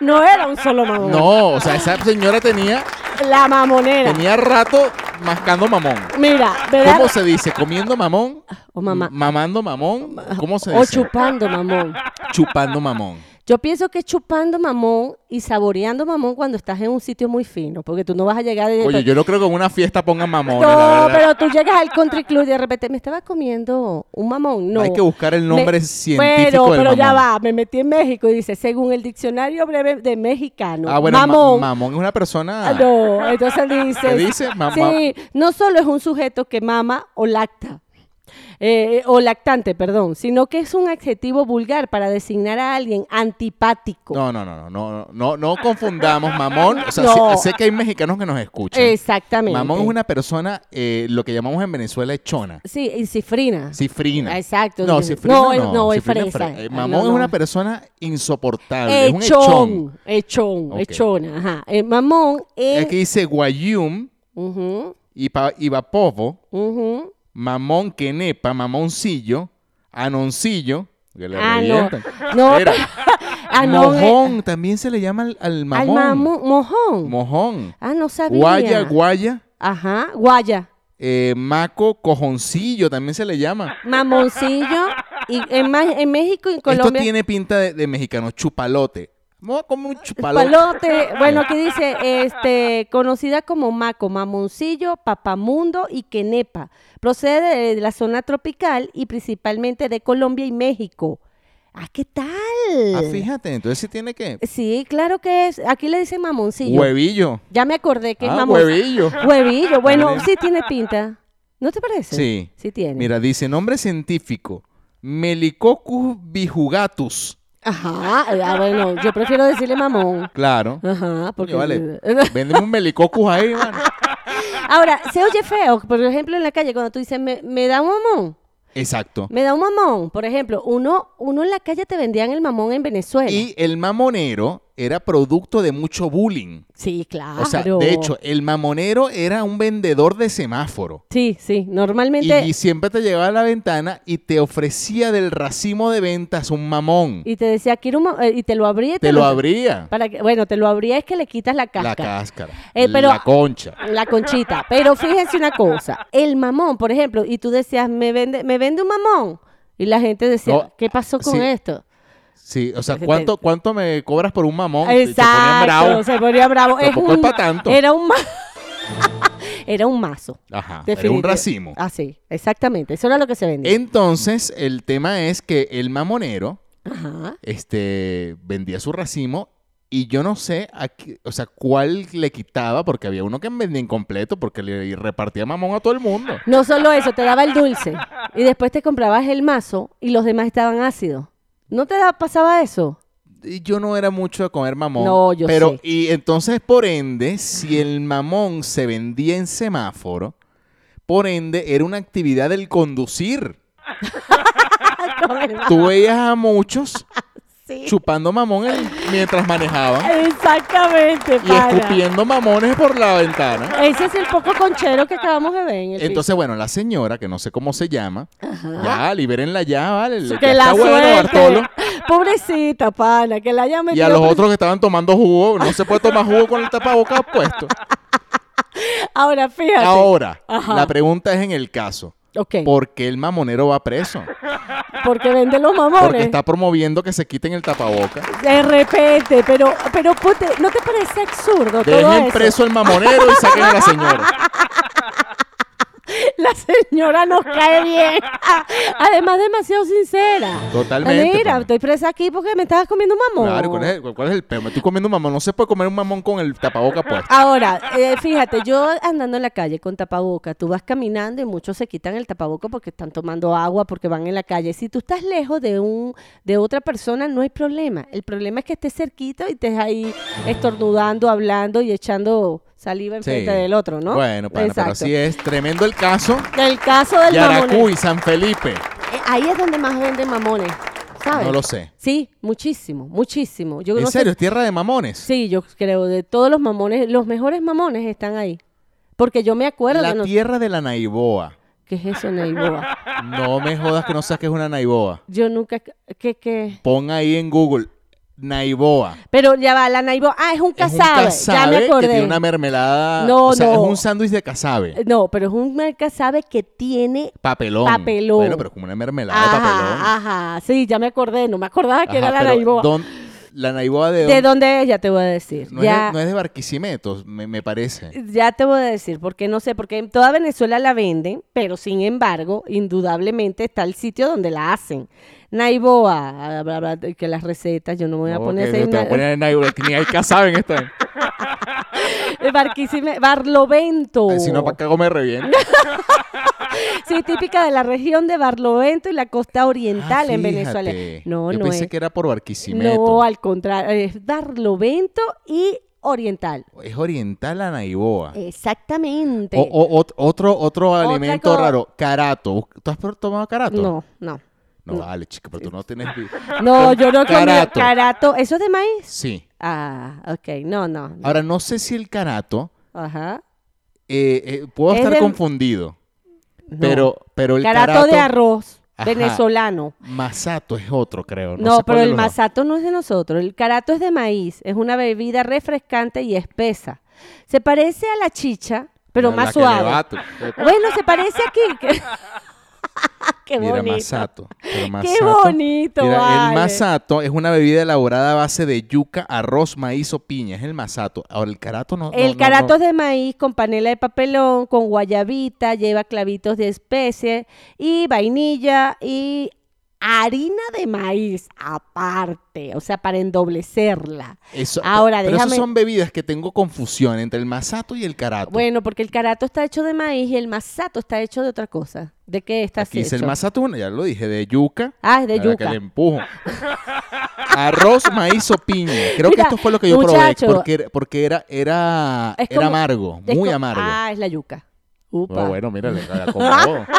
[SPEAKER 2] No era un solo mamón.
[SPEAKER 1] no, o sea, esa señora tenía,
[SPEAKER 2] La mamonera.
[SPEAKER 1] tenía rato mascando mamón.
[SPEAKER 2] Mira, ¿verdad?
[SPEAKER 1] ¿Cómo se dice? ¿Comiendo mamón?
[SPEAKER 2] O mamá-
[SPEAKER 1] M- ¿Mamando mamón? ¿Cómo se
[SPEAKER 2] o
[SPEAKER 1] dice?
[SPEAKER 2] chupando mamón.
[SPEAKER 1] Chupando mamón.
[SPEAKER 2] Yo pienso que es chupando mamón y saboreando mamón cuando estás en un sitio muy fino, porque tú no vas a llegar de
[SPEAKER 1] Oye, yo no creo que en una fiesta pongan mamón.
[SPEAKER 2] No, pero tú llegas al country club y de repente me estaba comiendo un mamón. No.
[SPEAKER 1] Hay que buscar el nombre científico
[SPEAKER 2] Pero,
[SPEAKER 1] del
[SPEAKER 2] pero ya
[SPEAKER 1] mamón.
[SPEAKER 2] va, me metí en México y dice, según el diccionario breve de mexicano,
[SPEAKER 1] Ah, bueno, ma-
[SPEAKER 2] mamón.
[SPEAKER 1] mamón es una persona.
[SPEAKER 2] Ah, No, entonces dice.
[SPEAKER 1] ¿Qué dice? Ma-
[SPEAKER 2] sí, no solo es un sujeto que mama o lacta. eh, o lactante, perdón, sino que es un adjetivo vulgar para designar a alguien antipático.
[SPEAKER 1] No, no, no, no, no, no, no confundamos mamón. O sea,
[SPEAKER 2] No.
[SPEAKER 1] sé, sé que hay mexicanos que nos escuchan.
[SPEAKER 2] Exactamente.
[SPEAKER 1] Mamón es una persona, eh, lo que llamamos en Venezuela es chona,
[SPEAKER 2] Sí, y cifrina.
[SPEAKER 1] cifrina.
[SPEAKER 2] Exacto.
[SPEAKER 1] No,
[SPEAKER 2] No,
[SPEAKER 1] cifrina
[SPEAKER 2] no,
[SPEAKER 1] no.
[SPEAKER 2] es- no, es
[SPEAKER 1] cifrina
[SPEAKER 2] fresa.
[SPEAKER 1] fre- eh,
[SPEAKER 2] Ah,
[SPEAKER 1] mamón
[SPEAKER 2] no,
[SPEAKER 1] es
[SPEAKER 2] no.
[SPEAKER 1] una persona insoportable, es un
[SPEAKER 2] Echón,
[SPEAKER 1] echón.
[SPEAKER 2] echón,
[SPEAKER 1] Ok.
[SPEAKER 2] echona, ajá. El mamón es...
[SPEAKER 1] Aquí dice guayum,
[SPEAKER 2] Ujú,
[SPEAKER 1] ipa- ibapovo,
[SPEAKER 2] ujú.
[SPEAKER 1] mamón quenepa, mamoncillo, anoncillo. Que le
[SPEAKER 2] Ah, no.
[SPEAKER 1] revientan.
[SPEAKER 2] No,
[SPEAKER 1] Mira,
[SPEAKER 2] ah, no, eh,
[SPEAKER 1] mojón, también se le llama al, al
[SPEAKER 2] Al
[SPEAKER 1] mamón.
[SPEAKER 2] mamón, mojón.
[SPEAKER 1] Mojón.
[SPEAKER 2] ah, no sabía.
[SPEAKER 1] Guaya, guaya.
[SPEAKER 2] Ajá, guaya.
[SPEAKER 1] Eh, maco, cojoncillo también se le llama.
[SPEAKER 2] Mamoncillo. Y en, Ma- en México y en
[SPEAKER 1] Esto
[SPEAKER 2] Colombia...
[SPEAKER 1] tiene pinta de, de mexicano, chupalote. Vamos a comer un chupalote.
[SPEAKER 2] Palote, bueno, aquí dice, este, conocida como maco, mamoncillo, papamundo y quenepa. Procede de, de la zona tropical y principalmente de Colombia y México. Ah, ¿qué tal?
[SPEAKER 1] Ah, fíjate, entonces sí tiene que.
[SPEAKER 2] Sí, claro que es. Aquí le dicen mamoncillo.
[SPEAKER 1] Huevillo.
[SPEAKER 2] Ya me acordé que es
[SPEAKER 1] Ah,
[SPEAKER 2] mamoncillo.
[SPEAKER 1] huevillo.
[SPEAKER 2] Huevillo. Bueno,
[SPEAKER 1] Huevillo.
[SPEAKER 2] sí tiene pinta. ¿No te parece?
[SPEAKER 1] Sí.
[SPEAKER 2] Sí tiene.
[SPEAKER 1] Mira, dice nombre científico: Melicoccus bijugatus.
[SPEAKER 2] Ajá. eh, Ah, bueno, yo prefiero decirle mamón.
[SPEAKER 1] Claro.
[SPEAKER 2] Ajá, Ah, porque...
[SPEAKER 1] Coño, vale. Véndeme un melicoccus ahí, mano.
[SPEAKER 2] Ahora, se oye feo, por ejemplo, en la calle, cuando tú dices, me, me da un mamón,
[SPEAKER 1] Exacto.
[SPEAKER 2] me da un mamón. Por ejemplo, uno, uno en la calle te vendían el mamón en Venezuela.
[SPEAKER 1] Y el mamonero era producto de mucho bullying.
[SPEAKER 2] Sí, claro.
[SPEAKER 1] O sea, de hecho, el mamonero era un vendedor de semáforo.
[SPEAKER 2] Sí, sí,
[SPEAKER 1] Y,
[SPEAKER 2] normalmente...
[SPEAKER 1] y siempre te llegaba a la ventana y te ofrecía del racimo de ventas un mamón.
[SPEAKER 2] Y te decía, quiero un mamón, y te lo abría y
[SPEAKER 1] te lo abría.
[SPEAKER 2] Para que, bueno, te lo abría es que le quitas la cáscara.
[SPEAKER 1] La cáscara.
[SPEAKER 2] Eh, pero-
[SPEAKER 1] la concha.
[SPEAKER 2] La conchita. Pero fíjense una cosa, el mamón, por ejemplo, y tú decías, me vende, me vende un mamón. Y la gente decía,
[SPEAKER 1] No,
[SPEAKER 2] ¿qué pasó con
[SPEAKER 1] sí.
[SPEAKER 2] esto?
[SPEAKER 1] Sí, o sea,
[SPEAKER 2] Ese
[SPEAKER 1] ¿cuánto, ¿cuánto me cobras por un mamón? Y se ponían
[SPEAKER 2] Exacto,
[SPEAKER 1] bravos.
[SPEAKER 2] se ponía bravo. Es
[SPEAKER 1] Tampoco
[SPEAKER 2] un-
[SPEAKER 1] es pa' tanto.
[SPEAKER 2] Era un ma- era un mazo.
[SPEAKER 1] Ajá, era un
[SPEAKER 2] definitivo.
[SPEAKER 1] racimo.
[SPEAKER 2] Así, exactamente. Eso era lo que se vendía.
[SPEAKER 1] Entonces, el tema es que el mamonero
[SPEAKER 2] Ajá.
[SPEAKER 1] este, vendía su racimo y yo no sé, a qué- o sea, cuál le quitaba, porque había uno que vendía incompleto porque le repartía mamón a todo el mundo.
[SPEAKER 2] No solo eso, te daba el dulce y después te comprabas el mazo y los demás estaban ácidos. ¿No te da- pasaba eso?
[SPEAKER 1] Y yo no era mucho de comer mamón.
[SPEAKER 2] No, yo
[SPEAKER 1] pero,
[SPEAKER 2] sé.
[SPEAKER 1] Y entonces, por ende, si el mamón se vendía en semáforo, por ende, era una actividad del conducir. Ah, Tú veías a muchos
[SPEAKER 2] Sí.
[SPEAKER 1] chupando mamón en- mientras manejaban
[SPEAKER 2] Exactamente,
[SPEAKER 1] y escupiendo mamones por la ventana.
[SPEAKER 2] Ese es el poco conchero que acabamos de ver. en el
[SPEAKER 1] Entonces, bueno, la señora, que no sé cómo se llama, ya, libérenla ya, vale.
[SPEAKER 2] piso.
[SPEAKER 1] ya
[SPEAKER 2] que la
[SPEAKER 1] está bueno,
[SPEAKER 2] suelte. Pues
[SPEAKER 1] Bartolo.
[SPEAKER 2] Pobrecita, pana, que la hayan
[SPEAKER 1] Y
[SPEAKER 2] metido
[SPEAKER 1] a los
[SPEAKER 2] presa.
[SPEAKER 1] otros que estaban tomando jugo, no se puede tomar jugo con el tapabocas puesto.
[SPEAKER 2] Ahora, fíjate.
[SPEAKER 1] Ahora,
[SPEAKER 2] Ajá.
[SPEAKER 1] la pregunta es en el caso.
[SPEAKER 2] Ok,
[SPEAKER 1] ¿Por qué el mamonero va preso?
[SPEAKER 2] porque venden los
[SPEAKER 1] Porque
[SPEAKER 2] mamones.
[SPEAKER 1] está promoviendo que se quiten el tapabocas.
[SPEAKER 2] De repente, pero, pero pute, ¿no te parece absurdo todo
[SPEAKER 1] Dejen
[SPEAKER 2] eso?
[SPEAKER 1] preso el mamonero y saquen a la señora.
[SPEAKER 2] La señora nos cae bien. Además, demasiado sincera.
[SPEAKER 1] Totalmente,
[SPEAKER 2] Mira,
[SPEAKER 1] pana.
[SPEAKER 2] estoy presa aquí porque me estabas comiendo un mamón.
[SPEAKER 1] Claro, ¿cuál es, el, cuál es el peor? Me estoy comiendo un mamón. No se puede comer un mamón con el tapabocas puesto.
[SPEAKER 2] Ahora, eh, fíjate, yo andando en la calle con tapaboca, tú vas caminando y muchos se quitan el tapaboca porque están tomando agua, porque van en la calle. Si tú estás lejos de un de otra persona, no hay problema. El problema es que estés cerquita y estés ahí estornudando, hablando y echando saliva
[SPEAKER 1] Sí.
[SPEAKER 2] enfrente del otro, ¿no?
[SPEAKER 1] Bueno, pana, pero así es. Tremendo el caso.
[SPEAKER 2] El caso del mamonero.
[SPEAKER 1] Yaracuy, San Felipe.
[SPEAKER 2] Eh, Ahí es donde más venden mamones, ¿sabes?
[SPEAKER 1] No lo sé.
[SPEAKER 2] Sí, muchísimo, muchísimo. Yo
[SPEAKER 1] ¿En
[SPEAKER 2] no sé
[SPEAKER 1] serio? ¿Es tierra de mamones?
[SPEAKER 2] Sí, yo creo, de todos los mamones, los mejores mamones están ahí. Porque yo me acuerdo
[SPEAKER 1] la
[SPEAKER 2] que no...
[SPEAKER 1] tierra de la Naiboa.
[SPEAKER 2] ¿Qué es eso, Neiboa?
[SPEAKER 1] No me jodas que no saques una Naiboa.
[SPEAKER 2] Yo nunca... ¿Qué, qué?
[SPEAKER 1] Pon ahí en Google Naiboa.
[SPEAKER 2] Pero ya va, la Naiboa... Ah, es un
[SPEAKER 1] Es
[SPEAKER 2] casabe,
[SPEAKER 1] un
[SPEAKER 2] ya me
[SPEAKER 1] casabe que
[SPEAKER 2] acordé.
[SPEAKER 1] tiene una mermelada.
[SPEAKER 2] No,
[SPEAKER 1] o sea,
[SPEAKER 2] no. Eh,
[SPEAKER 1] Es un sándwich de casabe.
[SPEAKER 2] No, pero es un casabe que tiene...
[SPEAKER 1] Papelón.
[SPEAKER 2] Papelón.
[SPEAKER 1] Bueno, pero es como una mermelada de papelón.
[SPEAKER 2] Ajá, ajá, sí, ya me acordé, no me acordaba que
[SPEAKER 1] Ajá,
[SPEAKER 2] era la
[SPEAKER 1] pero
[SPEAKER 2] Naiboa.
[SPEAKER 1] ¿dón- la Naiboa
[SPEAKER 2] ¿De
[SPEAKER 1] de, dónde?
[SPEAKER 2] dónde es? Ya te voy a decir.
[SPEAKER 1] No,
[SPEAKER 2] ya...
[SPEAKER 1] es de, no es de Barquisimeto, me, me parece.
[SPEAKER 2] Ya te voy a decir, porque no sé, porque en toda Venezuela la venden, pero sin embargo, indudablemente está el sitio donde la hacen. Naiboa, ah, bla, bla, bla, que las recetas, yo no me voy a
[SPEAKER 1] No,
[SPEAKER 2] poner a
[SPEAKER 1] que
[SPEAKER 2] hacer
[SPEAKER 1] te voy a
[SPEAKER 2] una-
[SPEAKER 1] poner en Naiboa, que ni hay casabe en esta.
[SPEAKER 2] Eh, Barquisime- Barlovento.
[SPEAKER 1] Ay, Si no, para acá comer re bien.
[SPEAKER 2] Sí, típica de la región de Barlovento y la costa oriental
[SPEAKER 1] Ah,
[SPEAKER 2] en
[SPEAKER 1] fíjate.
[SPEAKER 2] Venezuela. No,
[SPEAKER 1] Yo
[SPEAKER 2] no
[SPEAKER 1] pensé
[SPEAKER 2] es.
[SPEAKER 1] que era por Barquisimeto.
[SPEAKER 2] No, al contrario, es Barlovento y oriental.
[SPEAKER 1] Es oriental la Naiboa.
[SPEAKER 2] Eh, Exactamente.
[SPEAKER 1] Ah. O- o- ot- otro otro alimento
[SPEAKER 2] co-
[SPEAKER 1] raro, carato. ¿Tú has pro- tomado carato?
[SPEAKER 2] no, no.
[SPEAKER 1] No, vale, chica, pero tú no tienes... vi-
[SPEAKER 2] No, yo no he comido
[SPEAKER 1] Carato.
[SPEAKER 2] carato. ¿Eso es de maíz?
[SPEAKER 1] Sí.
[SPEAKER 2] Ah, ok. No, no. no.
[SPEAKER 1] Ahora, no sé si el carato...
[SPEAKER 2] Ajá.
[SPEAKER 1] eh, eh, puedo
[SPEAKER 2] Es
[SPEAKER 1] estar
[SPEAKER 2] del-
[SPEAKER 1] confundido,
[SPEAKER 2] No.
[SPEAKER 1] pero, pero el
[SPEAKER 2] carato,
[SPEAKER 1] carato...
[SPEAKER 2] de arroz
[SPEAKER 1] Ajá.
[SPEAKER 2] venezolano.
[SPEAKER 1] Masato es otro, creo.
[SPEAKER 2] No,
[SPEAKER 1] sé cuál
[SPEAKER 2] pero
[SPEAKER 1] de
[SPEAKER 2] el
[SPEAKER 1] los dos.
[SPEAKER 2] masato no es de nosotros. El carato es de maíz. Es una bebida refrescante y espesa. Se parece a la chicha, pero
[SPEAKER 1] La-
[SPEAKER 2] más
[SPEAKER 1] la que le
[SPEAKER 2] suave.
[SPEAKER 1] bato.
[SPEAKER 2] Bueno, se parece aquí. Qué, Qué
[SPEAKER 1] Mira,
[SPEAKER 2] bonito.
[SPEAKER 1] masato. Pero
[SPEAKER 2] Qué
[SPEAKER 1] masato-
[SPEAKER 2] bonito,
[SPEAKER 1] Mira,
[SPEAKER 2] vale.
[SPEAKER 1] el masato es una bebida elaborada a base de yuca, arroz, maíz o piña. Es el masato. Ahora, el carato no... no-
[SPEAKER 2] El
[SPEAKER 1] no-
[SPEAKER 2] carato
[SPEAKER 1] no-
[SPEAKER 2] es de maíz con panela de papelón, con guayabita, lleva clavitos de especie y vainilla y harina de maíz aparte, o sea, para endoblecerla.
[SPEAKER 1] Eso-
[SPEAKER 2] Ahora,
[SPEAKER 1] pero
[SPEAKER 2] déjame-
[SPEAKER 1] esas son bebidas que tengo confusión entre el masato y el carato.
[SPEAKER 2] Bueno, porque el carato está hecho de maíz y el masato está hecho de otra cosa. ¿De qué está
[SPEAKER 1] Aquí dice
[SPEAKER 2] hecho?
[SPEAKER 1] el masato, bueno, ya lo dije, de yuca.
[SPEAKER 2] Ah, es de
[SPEAKER 1] a la que
[SPEAKER 2] yuca.
[SPEAKER 1] le empujo. Arroz, maíz o piña. Creo
[SPEAKER 2] Mira,
[SPEAKER 1] que esto fue lo que yo
[SPEAKER 2] muchacho.
[SPEAKER 1] probé porque, porque era, era,
[SPEAKER 2] Es
[SPEAKER 1] era
[SPEAKER 2] como-
[SPEAKER 1] amargo,
[SPEAKER 2] Es
[SPEAKER 1] muy
[SPEAKER 2] co-
[SPEAKER 1] amargo.
[SPEAKER 2] Ah, es la yuca. Upa.
[SPEAKER 1] Bueno, bueno, mira, le la acomodó.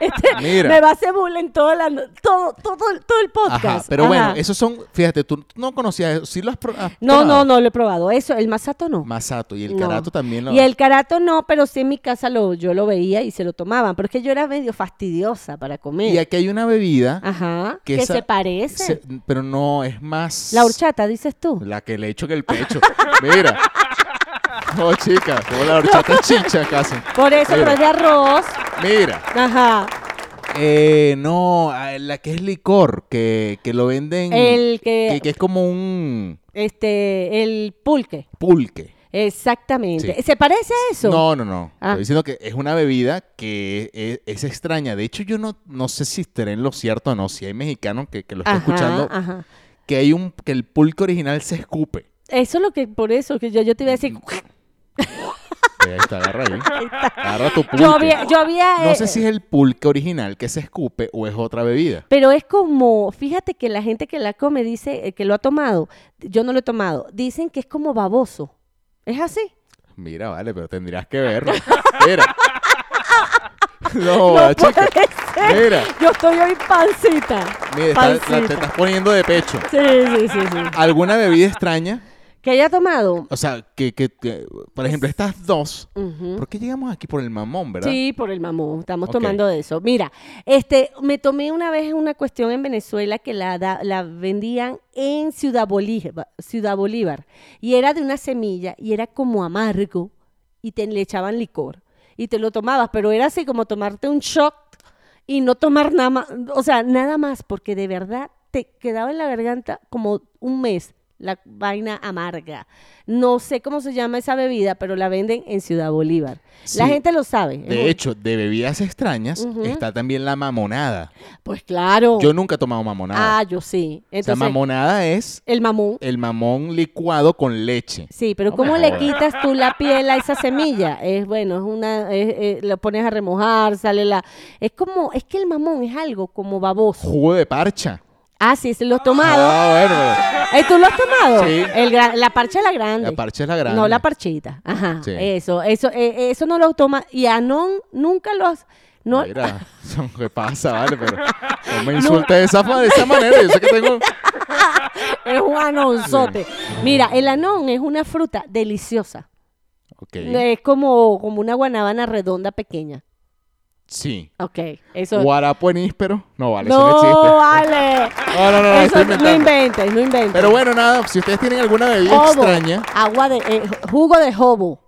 [SPEAKER 2] Este
[SPEAKER 1] Mira.
[SPEAKER 2] Me va a hacer bullying en toda la no- todo, todo, todo el podcast.
[SPEAKER 1] Ajá, pero
[SPEAKER 2] Ajá.
[SPEAKER 1] bueno, esos son, fíjate, tú no conocías, eso, sí lo has pro- has
[SPEAKER 2] No, no,
[SPEAKER 1] probado?
[SPEAKER 2] no, lo he probado. Eso, el masato no.
[SPEAKER 1] Masato y el
[SPEAKER 2] No.
[SPEAKER 1] carato también lo...
[SPEAKER 2] Y el carato no, pero sí en mi casa lo, yo lo veía y se lo tomaban. Pero es que yo era medio fastidiosa para comer.
[SPEAKER 1] Y aquí hay una bebida
[SPEAKER 2] Ah, Ajá.
[SPEAKER 1] que
[SPEAKER 2] Que,
[SPEAKER 1] esa-
[SPEAKER 2] se parece.
[SPEAKER 1] se- pero no, es más...
[SPEAKER 2] La horchata, dices tú.
[SPEAKER 1] La que le echo en el pecho. Mira. No, chica, como la horchata chicha casi.
[SPEAKER 2] Por eso,
[SPEAKER 1] Mira.
[SPEAKER 2] pero es de arroz.
[SPEAKER 1] Mira.
[SPEAKER 2] Ajá.
[SPEAKER 1] Eh, no, ah, la que es licor, que, que lo venden.
[SPEAKER 2] El que-
[SPEAKER 1] es como un
[SPEAKER 2] Este, el pulque.
[SPEAKER 1] pulque.
[SPEAKER 2] Exactamente.
[SPEAKER 1] Sí.
[SPEAKER 2] ¿Se parece a eso?
[SPEAKER 1] No, no, no.
[SPEAKER 2] Ah.
[SPEAKER 1] Estoy diciendo que es una bebida que es, es extraña. De hecho, yo no, no sé si estaré en lo cierto o no. Si hay mexicanos que, que lo están
[SPEAKER 2] Ajá,
[SPEAKER 1] escuchando,
[SPEAKER 2] Ajá.
[SPEAKER 1] que hay un que el pulque original se escupe.
[SPEAKER 2] Eso es lo que, por eso, que yo, yo te iba a decir.
[SPEAKER 1] Eh, Ahí está, agarra ahí. Agarra tu pulque.
[SPEAKER 2] Yo había. Yo había
[SPEAKER 1] No
[SPEAKER 2] eh,
[SPEAKER 1] sé si es el pulque original que se escupe o es otra bebida.
[SPEAKER 2] Pero es como, fíjate que la gente que la come dice eh, que lo ha tomado, yo no lo he tomado, dicen que es como baboso. ¿Es así?
[SPEAKER 1] Mira, vale, pero tendrías que verlo. Mira. No,
[SPEAKER 2] no puede
[SPEAKER 1] chica.
[SPEAKER 2] ser.
[SPEAKER 1] Mira.
[SPEAKER 2] Yo estoy hoy pancita.
[SPEAKER 1] Mira, está- la-
[SPEAKER 2] pancita.
[SPEAKER 1] te estás poniendo de pecho.
[SPEAKER 2] Sí, sí, sí, sí.
[SPEAKER 1] ¿Alguna bebida extraña?
[SPEAKER 2] Que haya tomado.
[SPEAKER 1] O sea, que, que- que, por ejemplo, estas dos.
[SPEAKER 2] Ujú.
[SPEAKER 1] ¿Por qué llegamos aquí por el mamón, verdad?
[SPEAKER 2] Sí, por el mamón. Estamos
[SPEAKER 1] Ok.
[SPEAKER 2] tomando de eso. Mira, este, me tomé una vez una cuestión en Venezuela que la, da- la vendían en Ciudad Bolívar, Ciudad Bolívar. Y era de una semilla y era como amargo y te le echaban licor y te lo tomabas, pero era así como tomarte un shot y no tomar nada más, o sea, nada más, porque de verdad te quedaba en la garganta como un mes la vaina amarga. No sé cómo se llama esa bebida, pero la venden en Ciudad Bolívar. la
[SPEAKER 1] Sí.
[SPEAKER 2] gente lo sabe. es un-
[SPEAKER 1] De hecho, de bebidas extrañas
[SPEAKER 2] Ujú.
[SPEAKER 1] está también la mamonada.
[SPEAKER 2] Pues claro.
[SPEAKER 1] Yo nunca he tomado mamonada.
[SPEAKER 2] ah, yo sí.
[SPEAKER 1] o sea,
[SPEAKER 2] Entonces,
[SPEAKER 1] mamonada es
[SPEAKER 2] el mamón.
[SPEAKER 1] el mamón licuado con leche.
[SPEAKER 2] Sí, pero
[SPEAKER 1] No
[SPEAKER 2] ¿cómo
[SPEAKER 1] me
[SPEAKER 2] le
[SPEAKER 1] jodas.
[SPEAKER 2] quitas tú la piel a esa semilla? Es bueno, es una, es- eh, lo pones a remojar, sale la, es como, es que el mamón es algo como baboso.
[SPEAKER 1] Jugo de parcha.
[SPEAKER 2] Ah, sí, se lo has tomado.
[SPEAKER 1] Ah, bueno, pero
[SPEAKER 2] Eh, ¿Tú lo has tomado?
[SPEAKER 1] Sí.
[SPEAKER 2] El gran- la parcha la grande.
[SPEAKER 1] La parcha es la grande.
[SPEAKER 2] No la parchita. Ajá.
[SPEAKER 1] Sí.
[SPEAKER 2] Eso, eso, eh, eso no lo toma. Y Anon nunca lo has, no,
[SPEAKER 1] Mira, son- ¿qué pasa? Vale, pero no me insultes de, esa, fa- de esa manera. Yo sé que tengo...
[SPEAKER 2] es un anonzote. Mira, el anón es una fruta deliciosa.
[SPEAKER 1] Ok,
[SPEAKER 2] Eh, Es como, como una guanábana redonda pequeña.
[SPEAKER 1] sí.
[SPEAKER 2] Ok, eso.
[SPEAKER 1] Guarapo en íspero. No, vale,
[SPEAKER 2] no,
[SPEAKER 1] eso no existe.
[SPEAKER 2] vale.
[SPEAKER 1] No, no, no, no,
[SPEAKER 2] eso
[SPEAKER 1] estoy
[SPEAKER 2] no
[SPEAKER 1] inventando.
[SPEAKER 2] inventes, no inventes.
[SPEAKER 1] Pero bueno, nada, si ustedes tienen alguna bebida
[SPEAKER 2] Jobo,
[SPEAKER 1] extraña...
[SPEAKER 2] Agua de eh, jugo de jobo.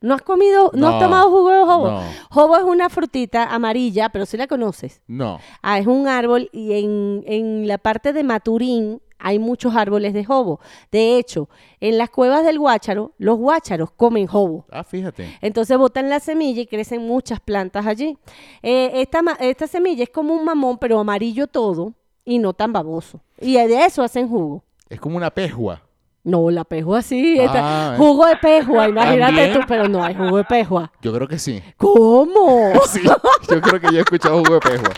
[SPEAKER 2] ¿No has comido, no, has
[SPEAKER 1] No,
[SPEAKER 2] tomado jugo de jobo?
[SPEAKER 1] no.
[SPEAKER 2] Jobo es una frutita amarilla, pero sí la conoces.
[SPEAKER 1] No.
[SPEAKER 2] Ah, es un árbol y en, en la parte de Maturín hay muchos árboles de jobo. De hecho, en las cuevas del Guácharo, los guácharos comen jobo.
[SPEAKER 1] Ah, fíjate.
[SPEAKER 2] Entonces botan la semilla y crecen muchas plantas allí. Eh, esta, ma- esta semilla es como un mamón, pero amarillo todo y no tan baboso. Y de eso hacen jugo.
[SPEAKER 1] Es como una pejua.
[SPEAKER 2] No, la pejua sí. esta-
[SPEAKER 1] Ah, eh.
[SPEAKER 2] jugo de pejua, imagínate
[SPEAKER 1] También.
[SPEAKER 2] tú, pero no hay jugo de pejua.
[SPEAKER 1] Yo creo que sí.
[SPEAKER 2] ¿Cómo?
[SPEAKER 1] Sí, yo creo que yo he escuchado jugo de pejua.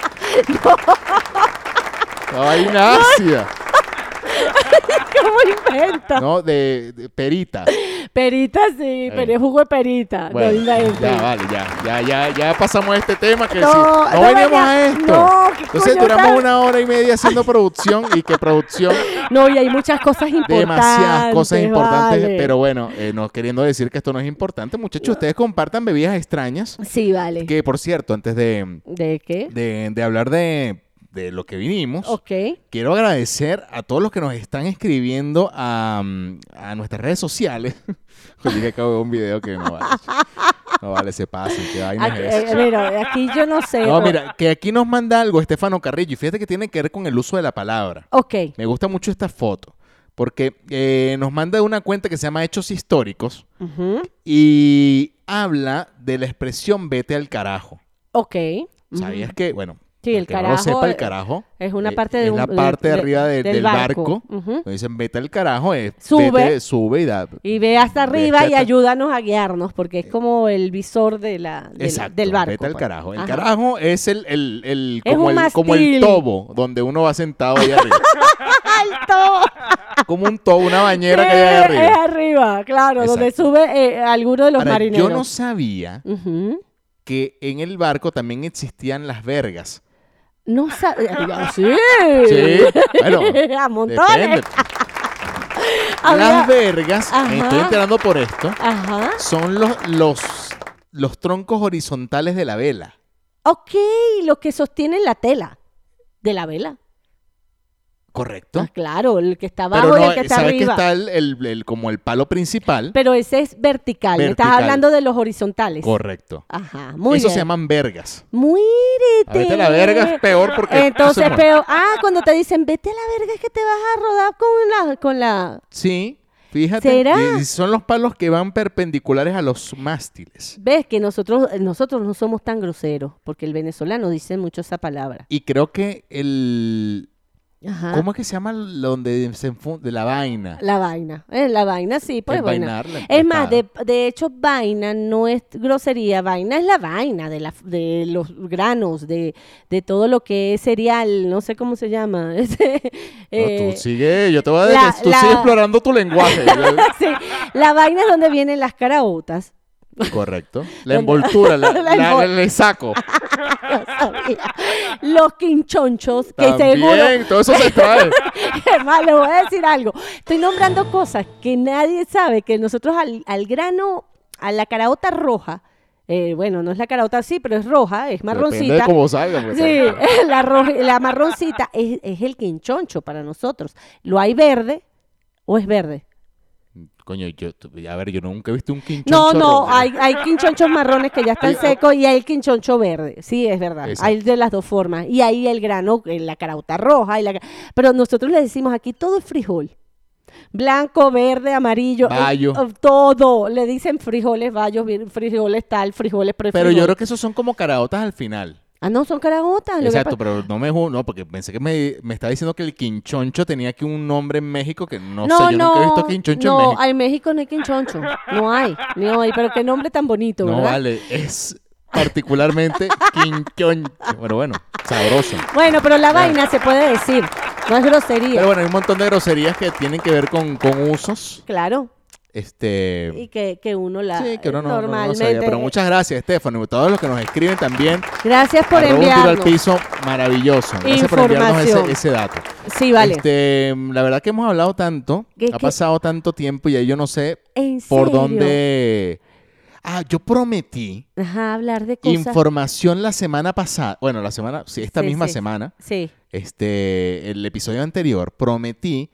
[SPEAKER 1] No. Vaina ácida.
[SPEAKER 2] ¿Cómo inventa?
[SPEAKER 1] No, de, de perita.
[SPEAKER 2] Perita sí, pero es jugo de perita. no
[SPEAKER 1] Bueno,
[SPEAKER 2] inventes.
[SPEAKER 1] ya, vale, ya, ya, ya, ya pasamos este tema que
[SPEAKER 2] No,
[SPEAKER 1] sí, no,
[SPEAKER 2] no
[SPEAKER 1] veníamos
[SPEAKER 2] venía-
[SPEAKER 1] a esto.
[SPEAKER 2] no, ¿qué
[SPEAKER 1] Entonces
[SPEAKER 2] coño
[SPEAKER 1] duramos
[SPEAKER 2] tal?
[SPEAKER 1] una hora y media haciendo producción y que producción
[SPEAKER 2] No, y hay muchas cosas importantes.
[SPEAKER 1] demasiadas cosas importantes,
[SPEAKER 2] vale.
[SPEAKER 1] pero bueno, eh, no queriendo decir que esto no es importante, muchachos, ustedes compartan bebidas extrañas,
[SPEAKER 2] Sí, vale.
[SPEAKER 1] que por cierto, antes de,
[SPEAKER 2] ¿De qué?
[SPEAKER 1] de, de hablar de, de lo que vinimos,
[SPEAKER 2] Ok.
[SPEAKER 1] Quiero agradecer a todos los que nos están escribiendo a, mm, a nuestras redes sociales. Oye, que acabo de ver un video que no vale. No vale, se pasen. Qué vaina
[SPEAKER 2] Aquí,
[SPEAKER 1] es esa.
[SPEAKER 2] eh, mira, aquí yo no sé.
[SPEAKER 1] No,
[SPEAKER 2] o-
[SPEAKER 1] mira, que aquí nos manda algo Estefano Carrillo. Y fíjate que tiene que ver con el uso de la palabra.
[SPEAKER 2] Ok.
[SPEAKER 1] Me gusta mucho esta foto. Porque eh, nos manda una cuenta que se llama Hechos Históricos.
[SPEAKER 2] Ujú.
[SPEAKER 1] Y habla de la expresión vete al carajo.
[SPEAKER 2] Ok.
[SPEAKER 1] ¿Sabías que, bueno,
[SPEAKER 2] Sí,
[SPEAKER 1] para
[SPEAKER 2] el
[SPEAKER 1] que no lo
[SPEAKER 2] carajo,
[SPEAKER 1] sepa, el
[SPEAKER 2] eh,
[SPEAKER 1] carajo
[SPEAKER 2] es una
[SPEAKER 1] eh,
[SPEAKER 2] parte de
[SPEAKER 1] es
[SPEAKER 2] un-
[SPEAKER 1] la
[SPEAKER 2] de-
[SPEAKER 1] parte de
[SPEAKER 2] de-
[SPEAKER 1] arriba de-
[SPEAKER 2] del
[SPEAKER 1] del,
[SPEAKER 2] barco.
[SPEAKER 1] barco.
[SPEAKER 2] Ujú.
[SPEAKER 1] Nos dicen, vete al carajo, es,
[SPEAKER 2] Sube.
[SPEAKER 1] vete, sube y da.
[SPEAKER 2] Y ve hasta arriba
[SPEAKER 1] Vete
[SPEAKER 2] y
[SPEAKER 1] hasta- Eh,
[SPEAKER 2] ayúdanos a guiarnos, porque es como el visor de la, de la-
[SPEAKER 1] Exacto,
[SPEAKER 2] del barco.
[SPEAKER 1] Vete al
[SPEAKER 2] pues.
[SPEAKER 1] carajo. El
[SPEAKER 2] Ajá.
[SPEAKER 1] carajo es el, el, el-
[SPEAKER 2] Es
[SPEAKER 1] como,
[SPEAKER 2] un
[SPEAKER 1] el, como el
[SPEAKER 2] mastil.
[SPEAKER 1] tobo, donde uno va sentado ahí arriba.
[SPEAKER 2] ¡Alto!
[SPEAKER 1] como un tobo, una bañera que hay ahí
[SPEAKER 2] Sí, es
[SPEAKER 1] arriba.
[SPEAKER 2] arriba, claro, donde
[SPEAKER 1] Exacto.
[SPEAKER 2] sube eh, alguno de los
[SPEAKER 1] Ahora,
[SPEAKER 2] marineros.
[SPEAKER 1] yo no sabía
[SPEAKER 2] Ujú.
[SPEAKER 1] que en el barco también existían las vergas.
[SPEAKER 2] No sabía. Sí.
[SPEAKER 1] Sí, bueno,
[SPEAKER 2] a montones.
[SPEAKER 1] Depende. pues.
[SPEAKER 2] Había-
[SPEAKER 1] Las vergas, me estoy
[SPEAKER 2] Ajá.
[SPEAKER 1] enterando por esto,
[SPEAKER 2] Ajá.
[SPEAKER 1] son los, los, los troncos horizontales de la vela.
[SPEAKER 2] Ok, los que sostienen la tela de la vela.
[SPEAKER 1] Correcto.
[SPEAKER 2] Ah, claro, el que está abajo
[SPEAKER 1] Pero
[SPEAKER 2] y
[SPEAKER 1] no,
[SPEAKER 2] el que está
[SPEAKER 1] sabes
[SPEAKER 2] arriba.
[SPEAKER 1] que está el, el- el- como el palo principal.
[SPEAKER 2] Pero ese es vertical. me Estás
[SPEAKER 1] Vertical.
[SPEAKER 2] hablando de los horizontales.
[SPEAKER 1] Correcto.
[SPEAKER 2] Ajá, muy
[SPEAKER 1] Eso
[SPEAKER 2] bien.
[SPEAKER 1] se llaman vergas.
[SPEAKER 2] Muérete.
[SPEAKER 1] A veces la verga es peor porque.
[SPEAKER 2] Entonces,
[SPEAKER 1] se muere.
[SPEAKER 2] peor. Ah, cuando te dicen, vete a la verga, es que te vas a rodar con la. Con la...
[SPEAKER 1] Sí, fíjate.
[SPEAKER 2] ¿Será?
[SPEAKER 1] y- y son los palos que van perpendiculares a los mástiles.
[SPEAKER 2] Ves que nosotros, nosotros no somos tan groseros, porque el venezolano dice mucho esa palabra.
[SPEAKER 1] Y creo que el.
[SPEAKER 2] Ajá.
[SPEAKER 1] ¿Cómo es que se llama lo- donde se enfunde? La vaina.
[SPEAKER 2] Ah. La vaina. eh, la vaina, sí, pues
[SPEAKER 1] El
[SPEAKER 2] bueno.
[SPEAKER 1] vainar, la
[SPEAKER 2] es más, de,
[SPEAKER 1] empujada.
[SPEAKER 2] de hecho, vaina no es grosería. Vaina es la vaina de, la, de los granos, de, de todo lo que es cereal, no sé cómo se llama. Ese,
[SPEAKER 1] No,
[SPEAKER 2] eh,
[SPEAKER 1] tú sigue, yo te voy a
[SPEAKER 2] la-
[SPEAKER 1] tú
[SPEAKER 2] la-
[SPEAKER 1] sigue explorando tu lenguaje. Yo-
[SPEAKER 2] Sí, La vaina es donde vienen las caraotas.
[SPEAKER 1] Correcto. La envoltura, la,
[SPEAKER 2] La
[SPEAKER 1] la-
[SPEAKER 2] envol-
[SPEAKER 1] el saco.
[SPEAKER 2] Los quinchonchos que seguro
[SPEAKER 1] También, todo eso se trae.
[SPEAKER 2] Además, le voy a decir algo. Estoy nombrando cosas que nadie sabe, que nosotros al, al grano, a la caraota roja, eh, bueno, no es la caraota sí, pero es roja, es
[SPEAKER 1] Depende de
[SPEAKER 2] marroncita.
[SPEAKER 1] cómo salga. pues, porque
[SPEAKER 2] Sí, la, ro- la marroncita es, es el quinchoncho para nosotros. ¿Lo hay verde o es verde?
[SPEAKER 1] Coño, yo, a ver, yo nunca he visto un quinchoncho
[SPEAKER 2] No, no,
[SPEAKER 1] rojo.
[SPEAKER 2] hay, hay quinchonchos marrones que ya están secos y hay el quinchoncho verde. Sí, es verdad.
[SPEAKER 1] Exacto.
[SPEAKER 2] Hay de las dos formas. Y hay el grano, eh, la carauta roja. Y la... Pero nosotros le decimos aquí todo es frijol. Blanco, verde, amarillo, eh,
[SPEAKER 1] Bayo.
[SPEAKER 2] eh, todo. Le dicen frijoles, bayos, vi- frijoles tal, frijoles
[SPEAKER 1] Pero yo creo que esos son como caraotas al final.
[SPEAKER 2] Ah, no, son caraotas. lo que
[SPEAKER 1] Exacto,
[SPEAKER 2] pasa-
[SPEAKER 1] pero no me ju- no, porque pensé que me, me estaba diciendo que el quinchoncho tenía aquí un nombre en México que no, sé, yo nunca he visto quinchoncho
[SPEAKER 2] no,
[SPEAKER 1] en México.
[SPEAKER 2] al México no hay quinchoncho. No hay, no hay. Pero qué nombre tan bonito,
[SPEAKER 1] no
[SPEAKER 2] ¿verdad?
[SPEAKER 1] vale, es particularmente quinchoncho. Bueno, bueno, sabroso.
[SPEAKER 2] Bueno, pero la vaina se puede decir. No es grosería.
[SPEAKER 1] Pero bueno, hay un montón de groserías que tienen que ver con, con usos.
[SPEAKER 2] Claro.
[SPEAKER 1] Este.
[SPEAKER 2] y que, que uno la
[SPEAKER 1] sí, que uno no, no- no sabía,
[SPEAKER 2] normalmente
[SPEAKER 1] Pero muchas gracias, Estefano. Y a todos los que nos escriben también.
[SPEAKER 2] gracias por
[SPEAKER 1] Arroba un tiro al
[SPEAKER 2] enviarnos
[SPEAKER 1] piso, maravilloso. Gracias por enviarnos
[SPEAKER 2] Información.
[SPEAKER 1] ese, ese dato.
[SPEAKER 2] sí vale
[SPEAKER 1] Este, la verdad que hemos hablado tanto,
[SPEAKER 2] ¿Qué-
[SPEAKER 1] ha
[SPEAKER 2] qué?
[SPEAKER 1] pasado tanto tiempo y ahí yo no sé
[SPEAKER 2] en
[SPEAKER 1] por
[SPEAKER 2] serio?
[SPEAKER 1] dónde. Ah, yo prometí
[SPEAKER 2] Ajá, hablar de cosas
[SPEAKER 1] información la semana pasada. Bueno, la semana, sí, esta
[SPEAKER 2] Sí,
[SPEAKER 1] misma
[SPEAKER 2] sí.
[SPEAKER 1] semana,
[SPEAKER 2] sí
[SPEAKER 1] este, el episodio anterior, prometí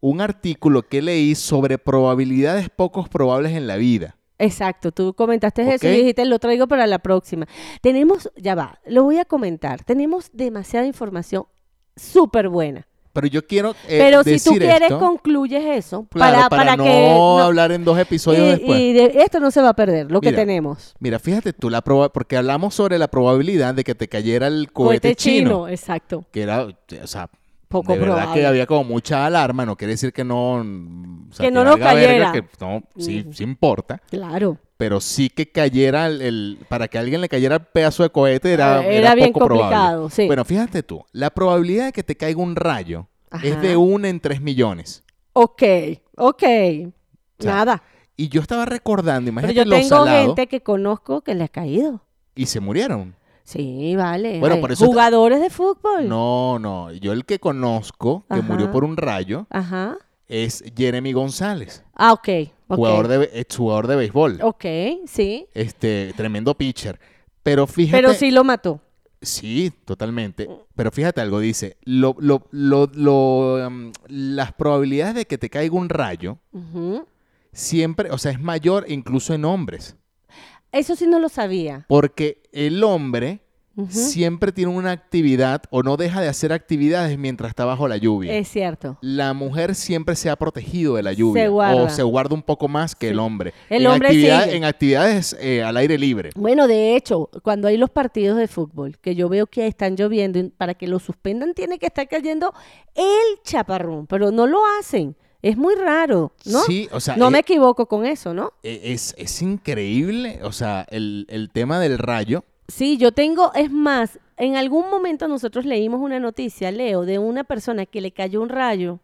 [SPEAKER 1] un artículo que leí sobre probabilidades pocos probables en la vida.
[SPEAKER 2] exacto tú comentaste eso
[SPEAKER 1] Ok.
[SPEAKER 2] y dijiste lo traigo para la próxima tenemos ya va lo voy a comentar tenemos demasiada información súper buena
[SPEAKER 1] Pero yo quiero eh,
[SPEAKER 2] pero si
[SPEAKER 1] decir
[SPEAKER 2] tú quieres
[SPEAKER 1] esto,
[SPEAKER 2] concluyes eso
[SPEAKER 1] claro, para,
[SPEAKER 2] para, para,
[SPEAKER 1] no
[SPEAKER 2] que no-
[SPEAKER 1] hablar en dos
[SPEAKER 2] y,
[SPEAKER 1] episodios después.
[SPEAKER 2] y de- esto no se va a perder lo que
[SPEAKER 1] Mira,
[SPEAKER 2] tenemos
[SPEAKER 1] Mira, fíjate tú, la proba- porque hablamos sobre la probabilidad de que te cayera el cohete, chino,
[SPEAKER 2] exacto
[SPEAKER 1] Que era, o sea,
[SPEAKER 2] Poco
[SPEAKER 1] de verdad
[SPEAKER 2] probable.
[SPEAKER 1] que había como mucha alarma. No quiere decir que no... mm, o sea,
[SPEAKER 2] Que no nos
[SPEAKER 1] valga verga,
[SPEAKER 2] cayera. Mm.
[SPEAKER 1] que no, sí,
[SPEAKER 2] Ujú.
[SPEAKER 1] sí importa.
[SPEAKER 2] claro
[SPEAKER 1] Pero sí que cayera el, el- Para que a alguien le cayera el pedazo de cohete era,
[SPEAKER 2] Ah, era bien
[SPEAKER 1] poco probable.
[SPEAKER 2] complicado, sí.
[SPEAKER 1] Bueno, fíjate tú, la probabilidad de que te caiga un rayo es
[SPEAKER 2] Ajá.
[SPEAKER 1] de 1 en 3 millones.
[SPEAKER 2] Ok, ok.
[SPEAKER 1] sea,
[SPEAKER 2] Nada.
[SPEAKER 1] Y yo estaba recordando,
[SPEAKER 2] Pero
[SPEAKER 1] imagínate
[SPEAKER 2] yo
[SPEAKER 1] los
[SPEAKER 2] tengo
[SPEAKER 1] salados
[SPEAKER 2] gente que conozco que le ha caído.
[SPEAKER 1] y se murieron.
[SPEAKER 2] Sí, vale.
[SPEAKER 1] Bueno,
[SPEAKER 2] Eh,
[SPEAKER 1] por eso-
[SPEAKER 2] Jugadores de fútbol.
[SPEAKER 1] No, no. Yo el que conozco, que
[SPEAKER 2] Ajá.
[SPEAKER 1] murió por un rayo,
[SPEAKER 2] Ajá.
[SPEAKER 1] es Jeremy González,
[SPEAKER 2] Ah, ok. ok.
[SPEAKER 1] jugador de ex jugador de béisbol.
[SPEAKER 2] Ok, sí.
[SPEAKER 1] Este, tremendo pitcher. Pero fíjate.
[SPEAKER 2] Pero sí lo mató.
[SPEAKER 1] Sí, totalmente. Pero fíjate algo, dice, lo, lo- lo- lo, em, las probabilidades de que te caiga un rayo
[SPEAKER 2] Ujú.
[SPEAKER 1] siempre, o sea, es mayor incluso en hombres.
[SPEAKER 2] Eso sí no lo sabía.
[SPEAKER 1] Porque el hombre
[SPEAKER 2] Ujú.
[SPEAKER 1] siempre tiene una actividad o no deja de hacer actividades mientras está bajo la lluvia.
[SPEAKER 2] Es cierto.
[SPEAKER 1] la mujer siempre se ha protegido de la lluvia
[SPEAKER 2] Se guarda.
[SPEAKER 1] o se guarda un poco más que el hombre.
[SPEAKER 2] El
[SPEAKER 1] en,
[SPEAKER 2] hombre
[SPEAKER 1] actividad-
[SPEAKER 2] sigue.
[SPEAKER 1] en actividades eh, al aire libre.
[SPEAKER 2] Bueno, de hecho, cuando hay los partidos de fútbol, que yo veo que están lloviendo, y para que lo suspendan tiene que estar cayendo el chaparrón, pero no lo hacen. Es muy raro, ¿no?
[SPEAKER 1] Sí, o sea,
[SPEAKER 2] no
[SPEAKER 1] eh,
[SPEAKER 2] me equivoco con eso, ¿no?
[SPEAKER 1] eh, es, es increíble, o sea, el, el tema del rayo.
[SPEAKER 2] Sí, yo tengo, es más, en algún momento nosotros leímos una noticia, Leo, de una persona que le cayó un rayo,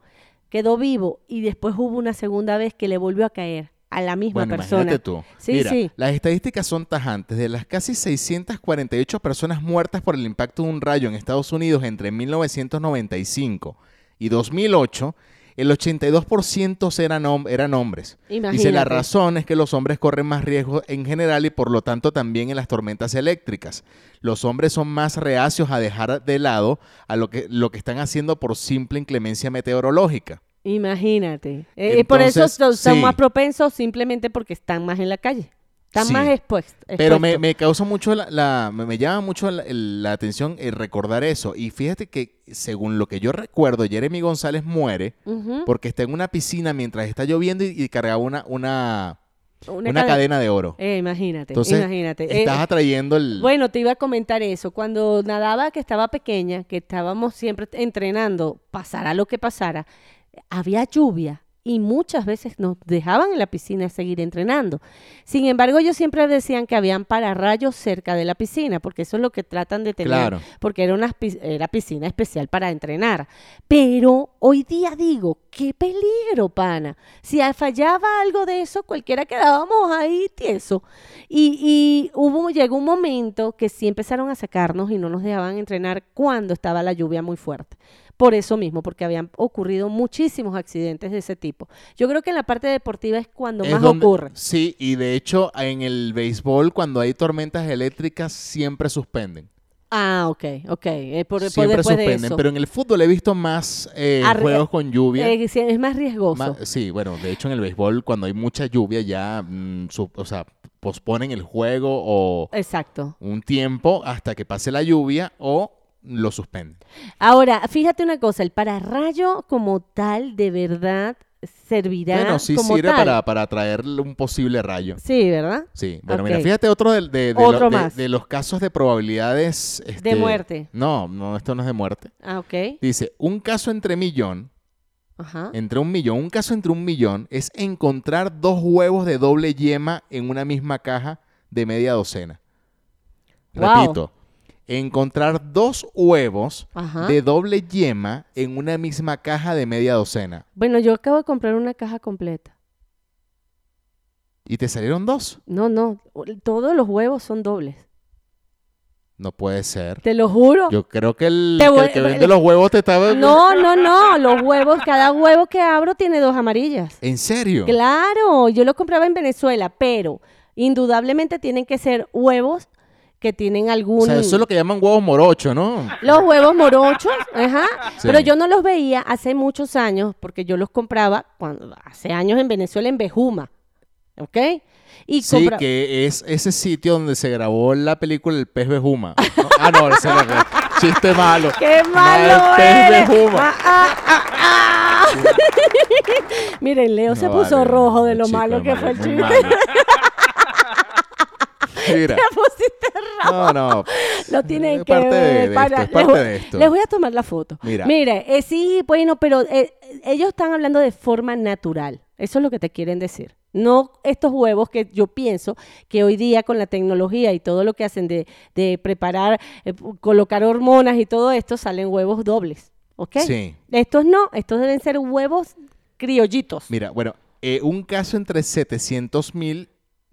[SPEAKER 2] quedó vivo y después hubo una segunda vez que le volvió a caer a la misma
[SPEAKER 1] Bueno,
[SPEAKER 2] persona.
[SPEAKER 1] imagínate tú.
[SPEAKER 2] Sí,
[SPEAKER 1] Mira,
[SPEAKER 2] sí.
[SPEAKER 1] las estadísticas son tajantes. De las casi 648 personas muertas por el impacto de un rayo en Estados Unidos entre 1995 y 2008, el 82% eran, hom- eran hombres. Dice, la
[SPEAKER 2] Imagínate.
[SPEAKER 1] razón es que los hombres corren más riesgos en general y por lo tanto también en las tormentas eléctricas. Los hombres son más reacios a dejar de lado a lo que, lo que están haciendo por simple inclemencia meteorológica.
[SPEAKER 2] Imagínate. Eh, y por eso
[SPEAKER 1] Entonces,
[SPEAKER 2] son, son
[SPEAKER 1] sí.
[SPEAKER 2] más propensos simplemente porque están más en la calle, están
[SPEAKER 1] Sí.
[SPEAKER 2] más expuestos.
[SPEAKER 1] Pero me,
[SPEAKER 2] expuestos.
[SPEAKER 1] me causa mucho la, la- me, me llama mucho la, el- la atención el recordar eso. Y fíjate que, según lo que yo recuerdo, Jeremy González muere
[SPEAKER 2] Ujú.
[SPEAKER 1] porque está en una piscina mientras está lloviendo y, y cargaba una, una, una,
[SPEAKER 2] cade-
[SPEAKER 1] cadena de oro.
[SPEAKER 2] Eh, imagínate,
[SPEAKER 1] Entonces,
[SPEAKER 2] imagínate. Eh,
[SPEAKER 1] estás atrayendo el...
[SPEAKER 2] Bueno, te iba a comentar eso. Cuando nadaba, que estaba pequeña, que estábamos siempre entrenando, pasara lo que pasara, había lluvia y muchas veces nos dejaban en la piscina a seguir entrenando. Sin embargo, ellos siempre decían que habían pararrayos cerca de la piscina, porque eso es lo que tratan de tener,
[SPEAKER 1] Claro.
[SPEAKER 2] porque era una pi- era piscina especial para entrenar. Pero hoy día digo, qué peligro, pana. Si a- fallaba algo de eso, cualquiera quedábamos ahí tieso. Y, y hubo, llegó un momento que sí empezaron a sacarnos y no nos dejaban entrenar cuando estaba la lluvia muy fuerte. Por eso mismo, porque habían ocurrido muchísimos accidentes de ese tipo. Yo creo que en la parte deportiva es cuando
[SPEAKER 1] Es
[SPEAKER 2] más
[SPEAKER 1] donde-
[SPEAKER 2] ocurre.
[SPEAKER 1] Sí, y de hecho en el béisbol cuando hay tormentas eléctricas siempre suspenden.
[SPEAKER 2] Ah, ok, ok. eh, por, por
[SPEAKER 1] siempre
[SPEAKER 2] después de
[SPEAKER 1] suspenden,
[SPEAKER 2] eso.
[SPEAKER 1] pero en el fútbol he visto más eh,
[SPEAKER 2] Arre-
[SPEAKER 1] juegos con lluvia.
[SPEAKER 2] Eh, sí, es más riesgoso.
[SPEAKER 1] Ma- sí, bueno, de hecho en el béisbol cuando hay mucha lluvia ya, mm, su- o sea, posponen el juego o
[SPEAKER 2] Exacto.
[SPEAKER 1] un tiempo hasta que pase la lluvia o lo suspenden.
[SPEAKER 2] Ahora, fíjate una cosa, el pararrayo como tal de verdad servirá
[SPEAKER 1] bueno, sí
[SPEAKER 2] como
[SPEAKER 1] sirve
[SPEAKER 2] tal.
[SPEAKER 1] para, para traer un posible rayo.
[SPEAKER 2] Sí, ¿verdad?
[SPEAKER 1] Sí, bueno,
[SPEAKER 2] Ok.
[SPEAKER 1] mira, fíjate otro del- de, de lo-
[SPEAKER 2] Otro
[SPEAKER 1] de-
[SPEAKER 2] más.
[SPEAKER 1] de los casos de probabilidades... este,
[SPEAKER 2] muerte.
[SPEAKER 1] No, no, esto no es de muerte.
[SPEAKER 2] Ah, ok.
[SPEAKER 1] Dice, un caso entre millón,
[SPEAKER 2] Ajá.
[SPEAKER 1] entre un millón, un caso entre un millón es encontrar dos huevos de doble yema en una misma caja de media docena.
[SPEAKER 2] Wow.
[SPEAKER 1] Repito, encontrar dos huevos
[SPEAKER 2] Ajá.
[SPEAKER 1] de doble yema en una misma caja de media docena.
[SPEAKER 2] Bueno, yo acabo de comprar una caja completa.
[SPEAKER 1] ¿Y te salieron dos?
[SPEAKER 2] No, no, todos los huevos son dobles.
[SPEAKER 1] No puede ser.
[SPEAKER 2] Te lo juro.
[SPEAKER 1] Yo creo que el,
[SPEAKER 2] Te
[SPEAKER 1] que,
[SPEAKER 2] voy-
[SPEAKER 1] el que vende los huevos te estaba...
[SPEAKER 2] No, no, no, los huevos, cada huevo que abro tiene dos amarillas.
[SPEAKER 1] ¿En serio?
[SPEAKER 2] Claro, yo los compraba en Venezuela, pero indudablemente tienen que ser huevos que tienen algún...
[SPEAKER 1] O sea, eso es lo que llaman huevos morocho, ¿no?
[SPEAKER 2] Los huevos morochos, ajá.
[SPEAKER 1] Sí.
[SPEAKER 2] Pero yo no los veía hace muchos años, porque yo los compraba cuando, hace años en Venezuela, en Bejuma. ¿Ok? Y
[SPEAKER 1] Sí,
[SPEAKER 2] compra-
[SPEAKER 1] que es ese sitio donde se grabó la película El pez Bejuma. No, ah, no, ese era el chiste malo.
[SPEAKER 2] ¡Qué
[SPEAKER 1] Mal
[SPEAKER 2] malo
[SPEAKER 1] pez
[SPEAKER 2] eres!
[SPEAKER 1] Bejuma.
[SPEAKER 2] Ah, ah, ah, ah. Miren, Leo se
[SPEAKER 1] No
[SPEAKER 2] puso
[SPEAKER 1] vale,
[SPEAKER 2] rojo de lo
[SPEAKER 1] chico,
[SPEAKER 2] malo que fue el
[SPEAKER 1] muy
[SPEAKER 2] chiste.
[SPEAKER 1] malo. Mira,
[SPEAKER 2] Te pusiste rojo.
[SPEAKER 1] no, no.
[SPEAKER 2] Lo tienen
[SPEAKER 1] Es
[SPEAKER 2] que
[SPEAKER 1] parte de-
[SPEAKER 2] ver.
[SPEAKER 1] de esto,
[SPEAKER 2] pana.
[SPEAKER 1] es parte
[SPEAKER 2] les, voy,
[SPEAKER 1] de esto.
[SPEAKER 2] les voy a tomar la foto.
[SPEAKER 1] Mira.
[SPEAKER 2] Mire, eh, sí, bueno, pero eh, ellos están hablando de forma natural. Eso es lo que te quieren decir. No estos huevos que yo pienso que hoy día con la tecnología y todo lo que hacen de, de preparar, eh, pu- colocar hormonas y todo esto, salen huevos dobles. ¿Ok?
[SPEAKER 1] Sí.
[SPEAKER 2] Estos no, estos deben ser huevos criollitos.
[SPEAKER 1] Mira, bueno, eh, un caso entre 700 mil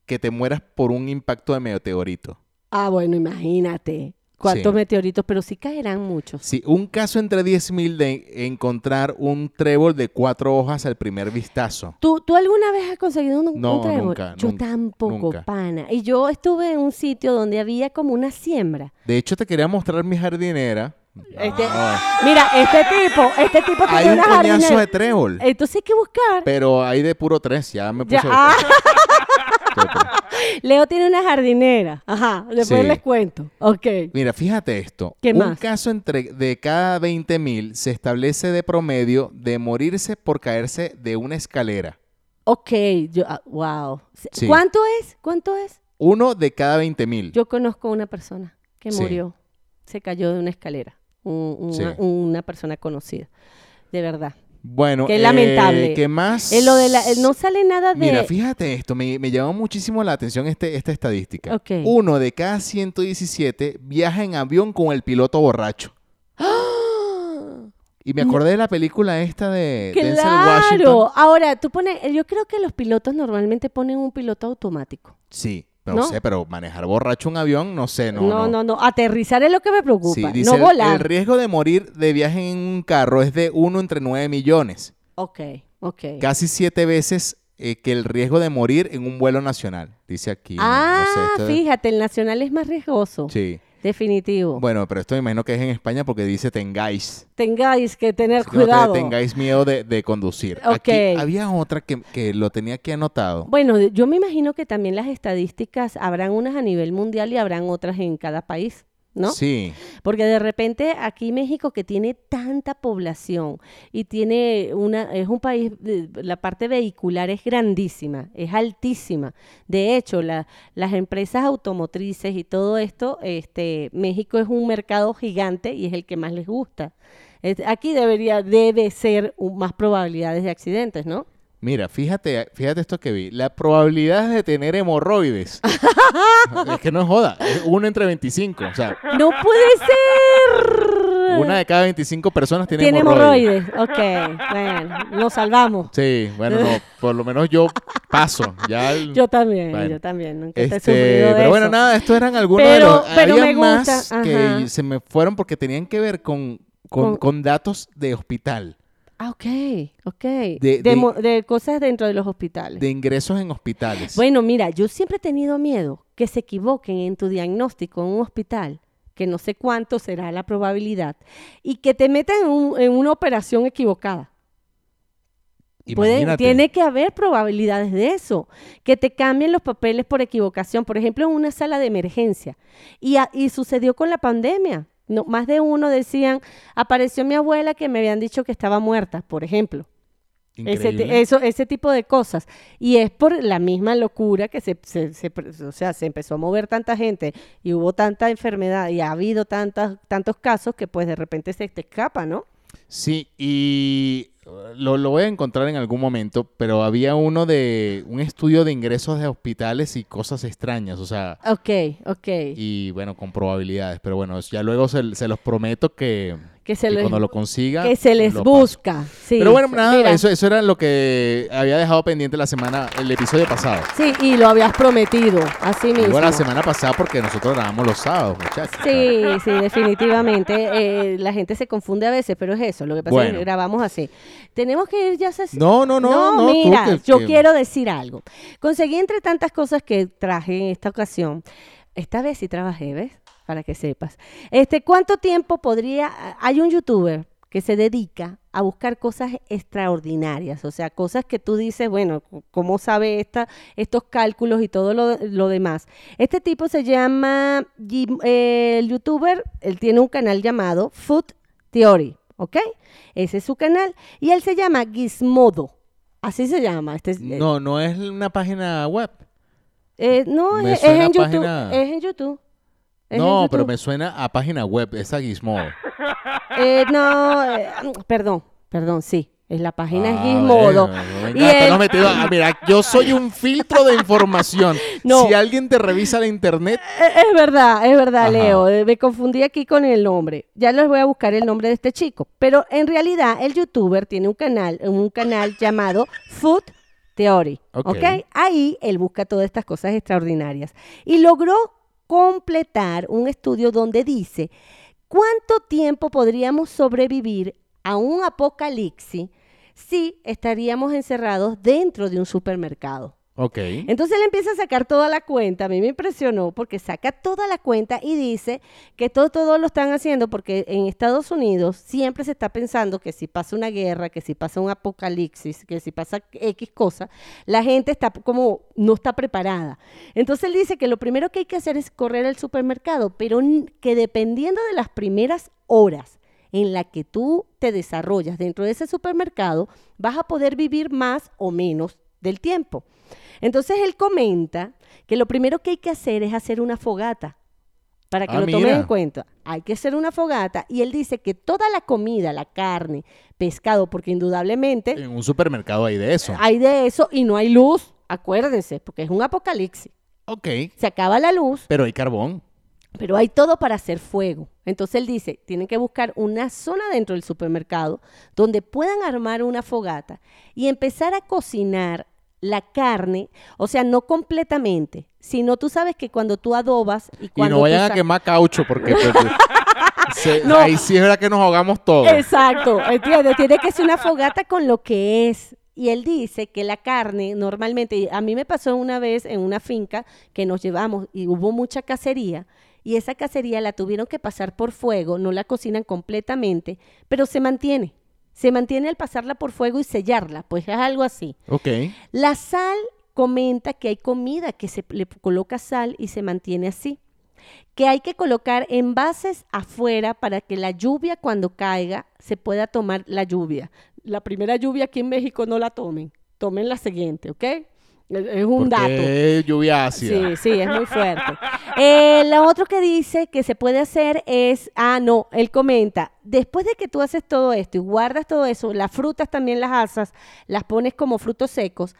[SPEAKER 1] que te mueras por un impacto de meteorito.
[SPEAKER 2] Ah, bueno, imagínate. Cuántos
[SPEAKER 1] Sí.
[SPEAKER 2] meteoritos, pero sí caerán muchos.
[SPEAKER 1] Sí, un caso entre 10 mil de encontrar un trébol de cuatro hojas al primer vistazo.
[SPEAKER 2] ¿Tú, tú alguna vez has conseguido un, un
[SPEAKER 1] No,
[SPEAKER 2] trébol?
[SPEAKER 1] nunca,
[SPEAKER 2] Yo
[SPEAKER 1] nunca,
[SPEAKER 2] tampoco,
[SPEAKER 1] nunca.
[SPEAKER 2] pana. Y yo estuve en un sitio donde había como una siembra.
[SPEAKER 1] De hecho, te quería mostrar mi jardinera.
[SPEAKER 2] Este-
[SPEAKER 1] Ah.
[SPEAKER 2] Mira, este tipo, este tipo tiene
[SPEAKER 1] Hay un
[SPEAKER 2] una
[SPEAKER 1] coñazo
[SPEAKER 2] jardinera.
[SPEAKER 1] de trébol,
[SPEAKER 2] Entonces hay que buscar.
[SPEAKER 1] pero hay de puro tres. Ya me puse.
[SPEAKER 2] Ya,
[SPEAKER 1] a buscar.
[SPEAKER 2] ah, Leo tiene una jardinera. Ajá, después
[SPEAKER 1] Sí.
[SPEAKER 2] les cuento. Ok.
[SPEAKER 1] Mira, fíjate esto.
[SPEAKER 2] ¿Qué
[SPEAKER 1] un
[SPEAKER 2] más?
[SPEAKER 1] caso entre de cada 20.000 se establece de promedio de morirse por caerse de una escalera.
[SPEAKER 2] Ok, yo, ah, wow.
[SPEAKER 1] Sí.
[SPEAKER 2] ¿Cuánto es? ¿Cuánto es?
[SPEAKER 1] Uno de cada 20.000
[SPEAKER 2] Yo conozco una persona que
[SPEAKER 1] Sí.
[SPEAKER 2] murió, se cayó de una escalera, un- una,
[SPEAKER 1] Sí.
[SPEAKER 2] una persona conocida, de verdad.
[SPEAKER 1] Bueno,
[SPEAKER 2] Qué
[SPEAKER 1] eh,
[SPEAKER 2] lamentable.
[SPEAKER 1] ¿Qué más?
[SPEAKER 2] Eh, lo de la- eh, no sale nada de...
[SPEAKER 1] Mira, fíjate esto, me, me llamó muchísimo la atención este, esta estadística.
[SPEAKER 2] Ok.
[SPEAKER 1] Uno de cada 117 viaja en avión con el piloto borracho. Y me acordé de la película esta de Denzel Washington.
[SPEAKER 2] ¡Ah! Claro. Ahora, tú pones, yo creo que los pilotos normalmente ponen un piloto automático.
[SPEAKER 1] Sí, no,
[SPEAKER 2] ¿No?
[SPEAKER 1] sé, pero manejar borracho un avión, no sé, no.
[SPEAKER 2] No, no, no. Aterrizar es lo que me preocupa.
[SPEAKER 1] Sí, dice,
[SPEAKER 2] no
[SPEAKER 1] el-
[SPEAKER 2] volar.
[SPEAKER 1] el, riesgo de morir de viaje en un carro es de 1 entre 9 millones,
[SPEAKER 2] Ok, ok.
[SPEAKER 1] casi 7 veces eh, que el riesgo de morir en un vuelo nacional, dice aquí. no- no
[SPEAKER 2] ah,
[SPEAKER 1] sé, esto-
[SPEAKER 2] fíjate, el nacional es más riesgoso.
[SPEAKER 1] Sí.
[SPEAKER 2] Definitivo.
[SPEAKER 1] Bueno, pero esto me imagino que es en España porque dice tengáis.
[SPEAKER 2] Tengáis que tener
[SPEAKER 1] No te-
[SPEAKER 2] Pues cuidado.
[SPEAKER 1] tengáis miedo de, de conducir.
[SPEAKER 2] Ok.
[SPEAKER 1] Aquí había otra que, que lo tenía aquí anotado.
[SPEAKER 2] Bueno, yo me imagino que también las estadísticas habrán unas a nivel mundial y habrán otras en cada país, ¿no?
[SPEAKER 1] Sí.
[SPEAKER 2] Porque de repente aquí México que tiene tanta población y tiene una es un país de- la parte vehicular es grandísima, es altísima. De hecho, la- las empresas automotrices y todo esto, este México es un mercado gigante y es el que más les gusta. Es- aquí debería debe ser un- más probabilidades de accidentes, ¿no?
[SPEAKER 1] Mira, fíjate, fíjate esto que vi. La probabilidad de tener hemorroides. es que no es joda. Es uno entre 25. O sea,
[SPEAKER 2] No puede ser.
[SPEAKER 1] una de cada 25 personas tiene,
[SPEAKER 2] Tiene
[SPEAKER 1] hemorroides.
[SPEAKER 2] hemorroides. Ok, bueno, lo salvamos.
[SPEAKER 1] Sí, bueno, no, por lo menos yo paso. Ya el-
[SPEAKER 2] Yo también,
[SPEAKER 1] Mm. Bueno.
[SPEAKER 2] yo también. Nunca te he
[SPEAKER 1] Este,
[SPEAKER 2] sufrido de
[SPEAKER 1] pero bueno,
[SPEAKER 2] eso.
[SPEAKER 1] nada, estos eran algunos de
[SPEAKER 2] Pero-
[SPEAKER 1] los.
[SPEAKER 2] pero
[SPEAKER 1] había
[SPEAKER 2] me gusta,
[SPEAKER 1] más
[SPEAKER 2] ajá.
[SPEAKER 1] que se me fueron porque tenían que ver con, con,
[SPEAKER 2] Con-
[SPEAKER 1] con datos de hospital,
[SPEAKER 2] Ah, ok, ok. De,
[SPEAKER 1] de-
[SPEAKER 2] mo- de cosas dentro de los hospitales.
[SPEAKER 1] de ingresos en hospitales.
[SPEAKER 2] Bueno, mira, yo siempre he tenido miedo que se equivoquen en tu diagnóstico en un hospital, que no sé cuánto será la probabilidad, y que te metan en, un- en una operación equivocada. Puede-
[SPEAKER 1] Imagínate.
[SPEAKER 2] tiene que haber probabilidades de eso, que te cambien los papeles por equivocación, por ejemplo, en una sala de emergencia. Y, a- y sucedió con la pandemia. No, más de uno decían, apareció mi abuela que me habían dicho que estaba muerta, por ejemplo. Ese, ti-
[SPEAKER 1] Increíble.
[SPEAKER 2] eso, ese tipo de cosas. Y es por la misma locura que se, se- se pre- o sea, se empezó a mover tanta gente y hubo tanta enfermedad y ha habido tantas, tantos casos que pues de repente se te escapa, ¿no?
[SPEAKER 1] Sí, y lo, lo voy a encontrar en algún momento, pero había uno de un estudio de ingresos de hospitales y cosas extrañas, o sea,
[SPEAKER 2] Ok, ok.
[SPEAKER 1] y bueno, con probabilidades, pero bueno, ya luego se, se los prometo que,
[SPEAKER 2] que se
[SPEAKER 1] que
[SPEAKER 2] les,
[SPEAKER 1] cuando lo consiga... pues
[SPEAKER 2] que se les
[SPEAKER 1] lo paso.
[SPEAKER 2] busca. Sí,
[SPEAKER 1] Pero bueno, nada,
[SPEAKER 2] mira,
[SPEAKER 1] eso, eso era lo que había dejado pendiente la semana, el episodio pasado.
[SPEAKER 2] Sí, y lo habías prometido, así mismo.
[SPEAKER 1] Igual la semana pasada porque nosotros grabamos los sábados, muchachos.
[SPEAKER 2] Sí, sí, definitivamente. eh, la gente se confunde a veces, pero es eso. Lo que pasa es
[SPEAKER 1] Bueno.
[SPEAKER 2] que grabamos así. Tenemos que ir ya se-
[SPEAKER 1] No, no, no, no. tú
[SPEAKER 2] mira,
[SPEAKER 1] que-
[SPEAKER 2] yo
[SPEAKER 1] que-
[SPEAKER 2] quiero decir algo. Conseguí entre tantas cosas que traje en esta ocasión. Esta vez sí trabajé, ¿ves? Para que sepas. Este, ¿cuánto tiempo podría hay un youtuber que se dedica a buscar cosas extraordinarias, o sea, cosas que tú dices, bueno, ¿cómo sabe esta, estos cálculos y todo lo, lo demás? Este tipo se llama, Jim- eh, el youtuber, él tiene un canal llamado Food Theory, ¿ok? Ese es su canal. Y él se llama Gizmodo. Así se llama. Este es- eh,
[SPEAKER 1] No, no es una página web.
[SPEAKER 2] eh, no,
[SPEAKER 1] me
[SPEAKER 2] es, es
[SPEAKER 1] suena
[SPEAKER 2] en YouTube.
[SPEAKER 1] página-
[SPEAKER 2] Es en YouTube. Es en
[SPEAKER 1] No, pero
[SPEAKER 2] YouTube.
[SPEAKER 1] me suena a página web, esa Gizmodo.
[SPEAKER 2] Eh, no, eh, perdón, perdón, sí. Es la página es
[SPEAKER 1] Ah,
[SPEAKER 2] Gizmodo.
[SPEAKER 1] bueno,
[SPEAKER 2] Y
[SPEAKER 1] venga, te
[SPEAKER 2] él-
[SPEAKER 1] lo has metido- ah, mira, yo soy un filtro de información.
[SPEAKER 2] No.
[SPEAKER 1] Si alguien te revisa la internet,
[SPEAKER 2] Eh, Es verdad, es verdad,
[SPEAKER 1] Ajá.
[SPEAKER 2] Leo. Eh, Me confundí aquí con el nombre. Ya les voy a buscar el nombre de este chico. Pero en realidad, el youtuber tiene un canal, un canal llamado Food Theory.
[SPEAKER 1] Ok.
[SPEAKER 2] ¿ok? Ahí él busca todas estas cosas extraordinarias. Y logró completar un estudio donde dice cuánto tiempo podríamos sobrevivir a un apocalipsis si estaríamos encerrados dentro de un supermercado.
[SPEAKER 1] ok.
[SPEAKER 2] Entonces él empieza a sacar toda la cuenta. A mí me impresionó porque saca toda la cuenta y dice que todo, todo lo están haciendo porque en Estados Unidos siempre se está pensando que si pasa una guerra, que si pasa un apocalipsis, que si pasa X cosa, la gente está como no está preparada. Entonces él dice que lo primero que hay que hacer es correr al supermercado, pero n- que dependiendo de las primeras horas en la que tú te desarrollas dentro de ese supermercado, vas a poder vivir más o menos del tiempo. Entonces él comenta que lo primero que hay que hacer es hacer una fogata, para que
[SPEAKER 1] Ah,
[SPEAKER 2] lo tomen
[SPEAKER 1] mira.
[SPEAKER 2] en cuenta. Hay que hacer una fogata y él dice que toda la comida, la carne, pescado, porque indudablemente
[SPEAKER 1] En un supermercado hay de eso.
[SPEAKER 2] hay de eso y no hay luz, acuérdense, porque es un apocalipsis.
[SPEAKER 1] Ok,
[SPEAKER 2] Se acaba la luz
[SPEAKER 1] pero hay carbón.
[SPEAKER 2] pero hay todo para hacer fuego. Entonces él dice, tienen que buscar una zona dentro del supermercado donde puedan armar una fogata y empezar a cocinar la carne, o sea, no completamente, sino tú sabes que cuando tú adobas y
[SPEAKER 1] Y
[SPEAKER 2] cuando
[SPEAKER 1] no
[SPEAKER 2] tú
[SPEAKER 1] vayan a
[SPEAKER 2] sa-
[SPEAKER 1] quemar caucho porque pues, se-
[SPEAKER 2] No.
[SPEAKER 1] ahí sí es verdad que nos ahogamos todos.
[SPEAKER 2] Exacto, ¿entiendes? Tiene que ser una fogata con lo que es. Y él dice que la carne normalmente, y a mí me pasó una vez en una finca que nos llevamos y hubo mucha cacería y esa cacería la tuvieron que pasar por fuego, no la cocinan completamente, pero se mantiene. Se mantiene al pasarla por fuego y sellarla, pues es algo así.
[SPEAKER 1] Ok.
[SPEAKER 2] La sal comenta que hay comida que se le coloca sal y se mantiene así. Que hay que colocar envases afuera para que la lluvia cuando caiga se pueda tomar la lluvia. La primera lluvia aquí en México no la tomen, tomen la siguiente, ¿ok? Es un dato.
[SPEAKER 1] Porque es lluvia ácida.
[SPEAKER 2] Sí, sí, es muy fuerte. Eh, lo otro que dice que se puede hacer es, ah, no, él comenta, después de que tú haces todo esto y guardas todo eso, las frutas también las asas, las pones como frutos secos,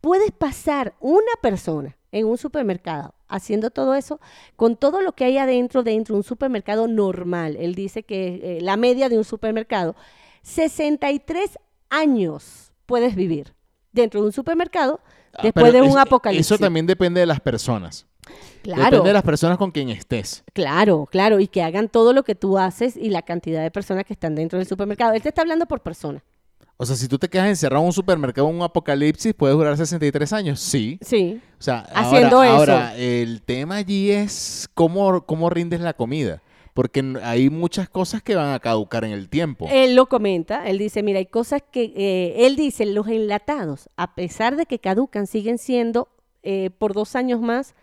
[SPEAKER 2] puedes pasar una persona en un supermercado haciendo todo eso con todo lo que hay adentro, dentro de un supermercado normal. Él dice que eh, la media de un supermercado, 63 años puedes vivir dentro de un supermercado
[SPEAKER 1] Ah,
[SPEAKER 2] después
[SPEAKER 1] pero
[SPEAKER 2] de un
[SPEAKER 1] es-
[SPEAKER 2] apocalipsis.
[SPEAKER 1] Eso también depende de las personas.
[SPEAKER 2] Claro,
[SPEAKER 1] Depende de las personas con quien estés.
[SPEAKER 2] claro, claro. Y que hagan todo lo que tú haces y la cantidad de personas que están dentro del supermercado. Él te está hablando por persona.
[SPEAKER 1] O sea, si tú te quedas encerrado en un supermercado en un apocalipsis, puedes durar 63 años. Sí.
[SPEAKER 2] Sí.
[SPEAKER 1] O sea,
[SPEAKER 2] Haciendo
[SPEAKER 1] ahora,
[SPEAKER 2] eso.
[SPEAKER 1] ahora, el tema allí es cómo, cómo rindes la comida. Porque n- hay muchas cosas que van a caducar en el tiempo.
[SPEAKER 2] Él lo comenta, él dice, mira, hay cosas que, eh, él dice, los enlatados, a pesar de que caducan, siguen siendo eh, por dos años más,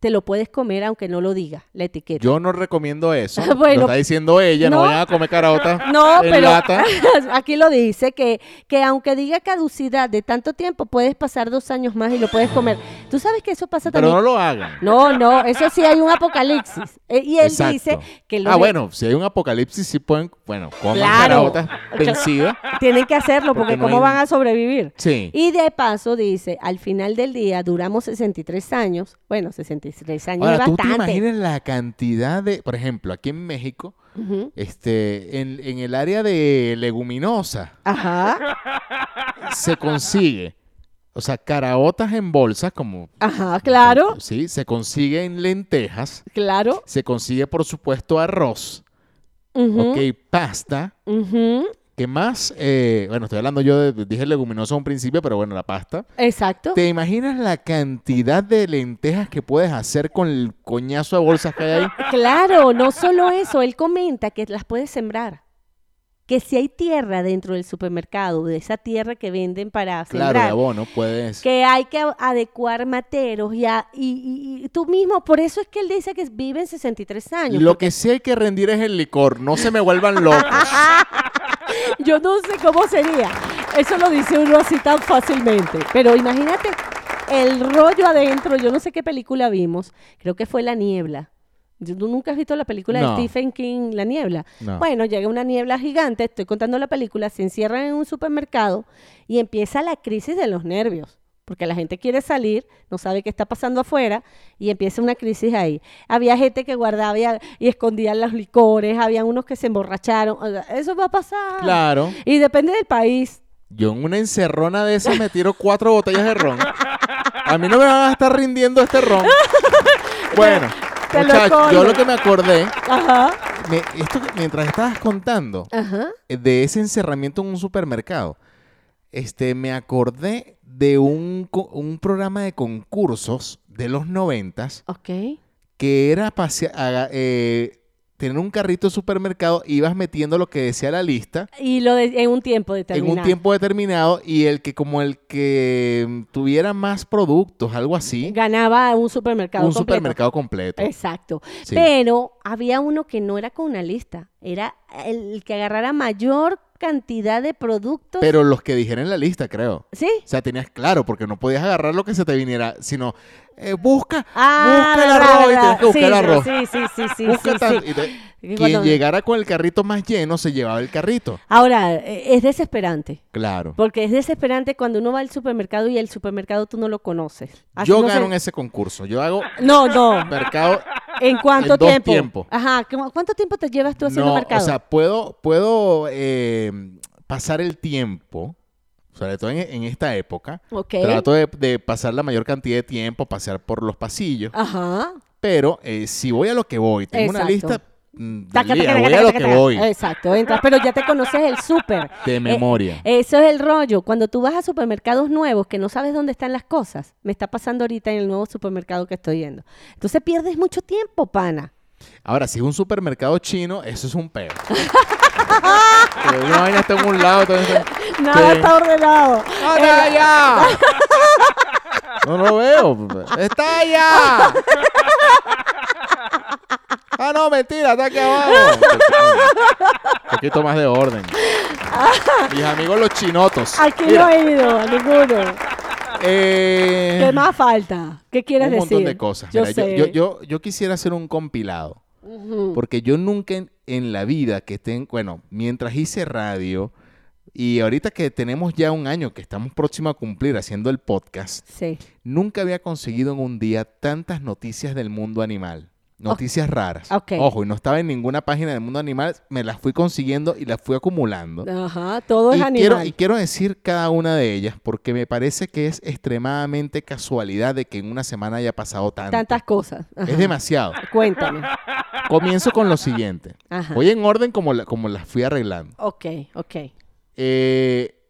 [SPEAKER 2] te lo puedes comer aunque no lo diga la etiqueta.
[SPEAKER 1] Yo no recomiendo eso.
[SPEAKER 2] Bueno.
[SPEAKER 1] lo está diciendo ella, no,
[SPEAKER 2] No.
[SPEAKER 1] vayan a comer carota.
[SPEAKER 2] No,
[SPEAKER 1] en
[SPEAKER 2] pero
[SPEAKER 1] lata.
[SPEAKER 2] aquí lo dice, que, que aunque diga caducidad de tanto tiempo, puedes pasar dos años más y lo puedes comer. Tú sabes que eso pasa
[SPEAKER 1] Pero
[SPEAKER 2] también.
[SPEAKER 1] no lo hagan.
[SPEAKER 2] No, no, eso sí hay un apocalipsis. Eh, y él
[SPEAKER 1] Exacto.
[SPEAKER 2] dice que los
[SPEAKER 1] Ah,
[SPEAKER 2] en-
[SPEAKER 1] bueno, si hay un apocalipsis, sí pueden, bueno, coman
[SPEAKER 2] Claro.
[SPEAKER 1] caraotas vencidas.
[SPEAKER 2] tienen que hacerlo porque,
[SPEAKER 1] Porque no
[SPEAKER 2] cómo
[SPEAKER 1] hay-
[SPEAKER 2] van a sobrevivir.
[SPEAKER 1] Sí.
[SPEAKER 2] Y de paso dice, al final del día duramos 63 años. Bueno, 63 años
[SPEAKER 1] Ahora,
[SPEAKER 2] es
[SPEAKER 1] ¿tú te
[SPEAKER 2] bastante.
[SPEAKER 1] imaginas la cantidad de, por ejemplo, aquí en México,
[SPEAKER 2] Ujú.
[SPEAKER 1] este, en, en el área de leguminosas,
[SPEAKER 2] Ajá,
[SPEAKER 1] se consigue, o sea, caraotas en bolsas, como...
[SPEAKER 2] ajá, claro,
[SPEAKER 1] Sí, se consigue en lentejas,
[SPEAKER 2] claro.
[SPEAKER 1] se consigue, por supuesto, arroz,
[SPEAKER 2] ujú,
[SPEAKER 1] ok, pasta,
[SPEAKER 2] ujú,
[SPEAKER 1] ¿qué más? Eh, bueno, estoy hablando yo, de, dije leguminosa a un principio, pero bueno, la pasta.
[SPEAKER 2] Exacto.
[SPEAKER 1] ¿Te imaginas la cantidad de lentejas que puedes hacer con el coñazo de bolsas que hay ahí?
[SPEAKER 2] Claro, no solo eso, él comenta que las puedes sembrar. Que si hay tierra dentro del supermercado, de esa tierra que venden para
[SPEAKER 1] Claro, de
[SPEAKER 2] sembrar,
[SPEAKER 1] abono, puedes...
[SPEAKER 2] que hay que a- adecuar materos y, a- y- y- y tú mismo, por eso es que él dice que viven 63 años.
[SPEAKER 1] Lo
[SPEAKER 2] porque
[SPEAKER 1] que sí hay que rendir es el licor, no se me vuelvan locos.
[SPEAKER 2] Yo no sé cómo sería. Eso lo dice uno así tan fácilmente. Pero imagínate el rollo adentro. Yo no sé qué película vimos. Creo que fue La Niebla. Yo- ¿Tú nunca has visto la película
[SPEAKER 1] No.
[SPEAKER 2] de Stephen King, La Niebla?
[SPEAKER 1] No.
[SPEAKER 2] Bueno, llega una niebla gigante, estoy contando la película, se encierran en un supermercado y empieza la crisis de los nervios, porque la gente quiere salir, no sabe qué está pasando afuera y empieza una crisis ahí. Había gente que guardaba y, y escondía los licores, había unos que se emborracharon, o sea, eso va a pasar.
[SPEAKER 1] Claro.
[SPEAKER 2] Y depende del país.
[SPEAKER 1] Yo en una encerrona de esas me tiro cuatro botellas de ron. A mí no me van a estar rindiendo este ron. Bueno,
[SPEAKER 2] Te lo
[SPEAKER 1] muchachos, yo
[SPEAKER 2] escondo.
[SPEAKER 1] lo que me acordé,
[SPEAKER 2] Ajá,
[SPEAKER 1] me- esto que- mientras estabas contando
[SPEAKER 2] ajá.
[SPEAKER 1] eh, de ese encerramiento en un supermercado, este, me acordé de un, co- un programa de concursos de los noventas
[SPEAKER 2] Ok.
[SPEAKER 1] que era pasea- haga- eh, tener un carrito de supermercado, ibas metiendo lo que decía la lista
[SPEAKER 2] Y lo de, en un tiempo determinado.
[SPEAKER 1] en un tiempo determinado y el que como el que tuviera más productos, algo así,
[SPEAKER 2] Ganaba un supermercado.
[SPEAKER 1] un
[SPEAKER 2] completo.
[SPEAKER 1] supermercado completo.
[SPEAKER 2] Exacto.
[SPEAKER 1] Sí.
[SPEAKER 2] Pero había uno que no era con una lista, era el que agarrara mayor cantidad de productos.
[SPEAKER 1] Pero los que dijeron en la lista, creo.
[SPEAKER 2] ¿Sí?
[SPEAKER 1] O sea, tenías claro, porque no podías agarrar lo que se te viniera, sino eh, busca,
[SPEAKER 2] Ah,
[SPEAKER 1] busca el
[SPEAKER 2] verdad,
[SPEAKER 1] arroz y
[SPEAKER 2] verdad.
[SPEAKER 1] tienes que buscar
[SPEAKER 2] sí,
[SPEAKER 1] el arroz.
[SPEAKER 2] Sí, sí, sí, sí,
[SPEAKER 1] busca
[SPEAKER 2] sí,
[SPEAKER 1] tal-
[SPEAKER 2] sí.
[SPEAKER 1] y te-
[SPEAKER 2] Y
[SPEAKER 1] quien
[SPEAKER 2] cuando-
[SPEAKER 1] llegara con el carrito más lleno se llevaba el carrito.
[SPEAKER 2] Ahora, eh, es desesperante.
[SPEAKER 1] Claro.
[SPEAKER 2] Porque es desesperante cuando uno va al supermercado y el supermercado tú no lo conoces. Así
[SPEAKER 1] Yo
[SPEAKER 2] no sé-
[SPEAKER 1] gano en ese concurso. Yo hago
[SPEAKER 2] No, no.
[SPEAKER 1] mercado
[SPEAKER 2] ¿En cuánto
[SPEAKER 1] En dos
[SPEAKER 2] tiempo?
[SPEAKER 1] tiempo.
[SPEAKER 2] Ajá. ¿cómo- ¿Cuánto tiempo te llevas tú haciendo
[SPEAKER 1] No,
[SPEAKER 2] mercado?
[SPEAKER 1] O sea, puedo, puedo eh, pasar el tiempo, sobre todo en, en esta época.
[SPEAKER 2] ok.
[SPEAKER 1] Trato de, de pasar la mayor cantidad de tiempo, pasear por los pasillos.
[SPEAKER 2] Ajá.
[SPEAKER 1] Pero eh, si voy a lo que voy, tengo una
[SPEAKER 2] Exacto.
[SPEAKER 1] lista mm, del
[SPEAKER 2] Taca, taca,
[SPEAKER 1] día,
[SPEAKER 2] taca,
[SPEAKER 1] voy
[SPEAKER 2] taca,
[SPEAKER 1] a lo
[SPEAKER 2] taca,
[SPEAKER 1] que
[SPEAKER 2] taca. Eh,
[SPEAKER 1] voy
[SPEAKER 2] Exacto, entras, pero ya te conoces el súper. Eh,
[SPEAKER 1] de memoria.
[SPEAKER 2] Eso es el rollo. Cuando tú vas a supermercados nuevos que no sabes dónde están las cosas, me está pasando ahorita en el nuevo supermercado que estoy yendo. Entonces pierdes mucho tiempo, pana.
[SPEAKER 1] Ahora, si es un supermercado chino, eso es un peo. Que una vaina está en un lado, otra vaina está en-
[SPEAKER 2] Nada
[SPEAKER 1] Sí.
[SPEAKER 2] está ordenado. Eh,
[SPEAKER 1] ¡Está allá! No lo veo. ¡Está allá! Ah, no, mentira, está aquí abajo. Un poquito más de orden. Mis amigos los chinotos.
[SPEAKER 2] Aquí
[SPEAKER 1] Mira,
[SPEAKER 2] no he ido a ninguno.
[SPEAKER 1] Eh,
[SPEAKER 2] ¿Qué más falta? ¿Qué quieres
[SPEAKER 1] un
[SPEAKER 2] decir?
[SPEAKER 1] montón de cosas.
[SPEAKER 2] Yo
[SPEAKER 1] Mira, yo,
[SPEAKER 2] sé.
[SPEAKER 1] yo- yo- yo quisiera hacer un compilado. Porque yo nunca en, en la vida que estén, bueno, mientras hice radio y ahorita que tenemos ya un año que estamos próximos a cumplir haciendo el podcast,
[SPEAKER 2] Sí.
[SPEAKER 1] nunca había conseguido en un día tantas noticias del mundo animal. Noticias raras.
[SPEAKER 2] Ok.
[SPEAKER 1] Ojo, y no estaba en ninguna página del mundo animal, me las fui consiguiendo y las fui acumulando.
[SPEAKER 2] Ajá, todo es
[SPEAKER 1] Y
[SPEAKER 2] animal.
[SPEAKER 1] quiero, y quiero decir cada una de ellas porque me parece que es extremadamente casualidad de que en una semana haya pasado tanto.
[SPEAKER 2] Tantas cosas. Ajá.
[SPEAKER 1] Es demasiado.
[SPEAKER 2] Cuéntame.
[SPEAKER 1] Comienzo con lo siguiente.
[SPEAKER 2] Ajá.
[SPEAKER 1] Voy en orden como, la- como las fui arreglando.
[SPEAKER 2] Ok, ok.
[SPEAKER 1] Eh,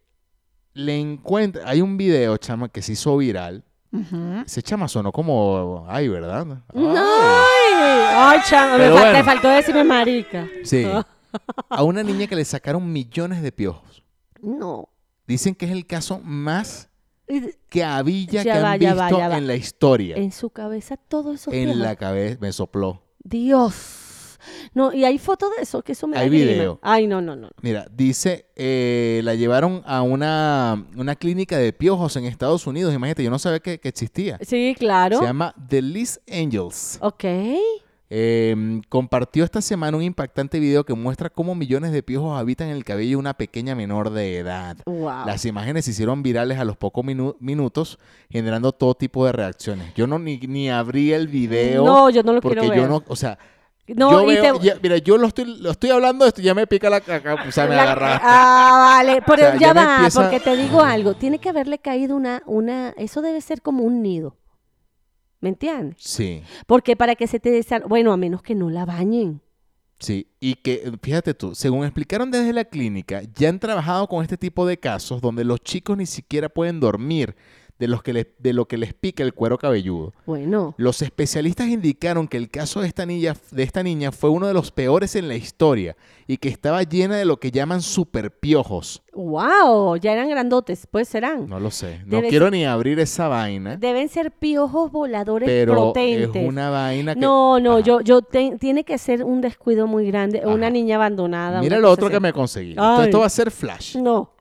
[SPEAKER 1] le encuentra, hay un video, chama, que se hizo viral. Ese chama sonó como, ay, ¿verdad?
[SPEAKER 2] ¡No!
[SPEAKER 1] Ay.
[SPEAKER 2] ¡Ay, chamo! me
[SPEAKER 1] Pero
[SPEAKER 2] fal-
[SPEAKER 1] bueno.
[SPEAKER 2] Te faltó decirme marica.
[SPEAKER 1] Sí. A una niña que le sacaron millones de piojos.
[SPEAKER 2] No.
[SPEAKER 1] Dicen que es el caso más
[SPEAKER 2] Y-
[SPEAKER 1] que habilla
[SPEAKER 2] Ya
[SPEAKER 1] que
[SPEAKER 2] va,
[SPEAKER 1] han
[SPEAKER 2] ya va,
[SPEAKER 1] visto
[SPEAKER 2] ya va.
[SPEAKER 1] en la historia.
[SPEAKER 2] En su cabeza todo eso.
[SPEAKER 1] En
[SPEAKER 2] queda.
[SPEAKER 1] la cabeza me sopló.
[SPEAKER 2] Dios. No, y hay fotos de eso, que eso me da
[SPEAKER 1] Hay
[SPEAKER 2] grima.
[SPEAKER 1] video.
[SPEAKER 2] Ay, no, no, no.
[SPEAKER 1] Mira, dice, eh, la llevaron a una, una clínica de piojos en Estados Unidos. Imagínate, yo no sabía que, que existía.
[SPEAKER 2] Sí, claro.
[SPEAKER 1] Se llama The Liz Angels.
[SPEAKER 2] Ok.
[SPEAKER 1] Eh, compartió esta semana un impactante video que muestra cómo millones de piojos habitan en el cabello de una pequeña menor de edad.
[SPEAKER 2] Wow.
[SPEAKER 1] Las imágenes se hicieron virales a los pocos minu- minutos, generando todo tipo de reacciones. Yo no ni, ni abrí el video.
[SPEAKER 2] No, yo no lo
[SPEAKER 1] porque
[SPEAKER 2] quiero
[SPEAKER 1] yo
[SPEAKER 2] ver.
[SPEAKER 1] no, o sea,
[SPEAKER 2] No,
[SPEAKER 1] yo
[SPEAKER 2] y
[SPEAKER 1] veo-
[SPEAKER 2] te-
[SPEAKER 1] ya- mira, yo lo estoy, lo estoy hablando de esto, ya me pica la caca, o sea, me
[SPEAKER 2] La-
[SPEAKER 1] agarraste.
[SPEAKER 2] Ah, vale. Pero
[SPEAKER 1] O sea,
[SPEAKER 2] ya,
[SPEAKER 1] ya me
[SPEAKER 2] va,
[SPEAKER 1] empieza-
[SPEAKER 2] porque te digo algo. Tiene que haberle caído una, una. Eso debe ser como un nido. ¿Me entiendes?
[SPEAKER 1] Sí,
[SPEAKER 2] Porque para que se te desa- Bueno, a menos que no la bañen.
[SPEAKER 1] sí. Y que, fíjate tú, según explicaron desde la clínica, ya han trabajado con este tipo de casos donde los chicos ni siquiera pueden dormir de, los que les- de lo que les pica el cuero cabelludo.
[SPEAKER 2] Bueno.
[SPEAKER 1] Los especialistas indicaron que el caso de esta, niña, de esta niña fue uno de los peores en la historia y que estaba llena de lo que llaman superpiojos.
[SPEAKER 2] ¡Wow! Ya eran grandotes. Pues serán.
[SPEAKER 1] No lo sé, no
[SPEAKER 2] Debe
[SPEAKER 1] quiero ni abrir esa vaina,
[SPEAKER 2] Deben ser piojos voladores
[SPEAKER 1] pero es
[SPEAKER 2] potentes.
[SPEAKER 1] una vaina que...
[SPEAKER 2] No, no,
[SPEAKER 1] Ajá.
[SPEAKER 2] yo, yo te- tiene que ser un descuido muy grande, o una
[SPEAKER 1] Ajá.
[SPEAKER 2] niña abandonada.
[SPEAKER 1] Mira
[SPEAKER 2] una
[SPEAKER 1] lo
[SPEAKER 2] cosa
[SPEAKER 1] otro
[SPEAKER 2] así.
[SPEAKER 1] que me conseguí.
[SPEAKER 2] Ay.
[SPEAKER 1] Esto, esto va a ser flash.
[SPEAKER 2] No.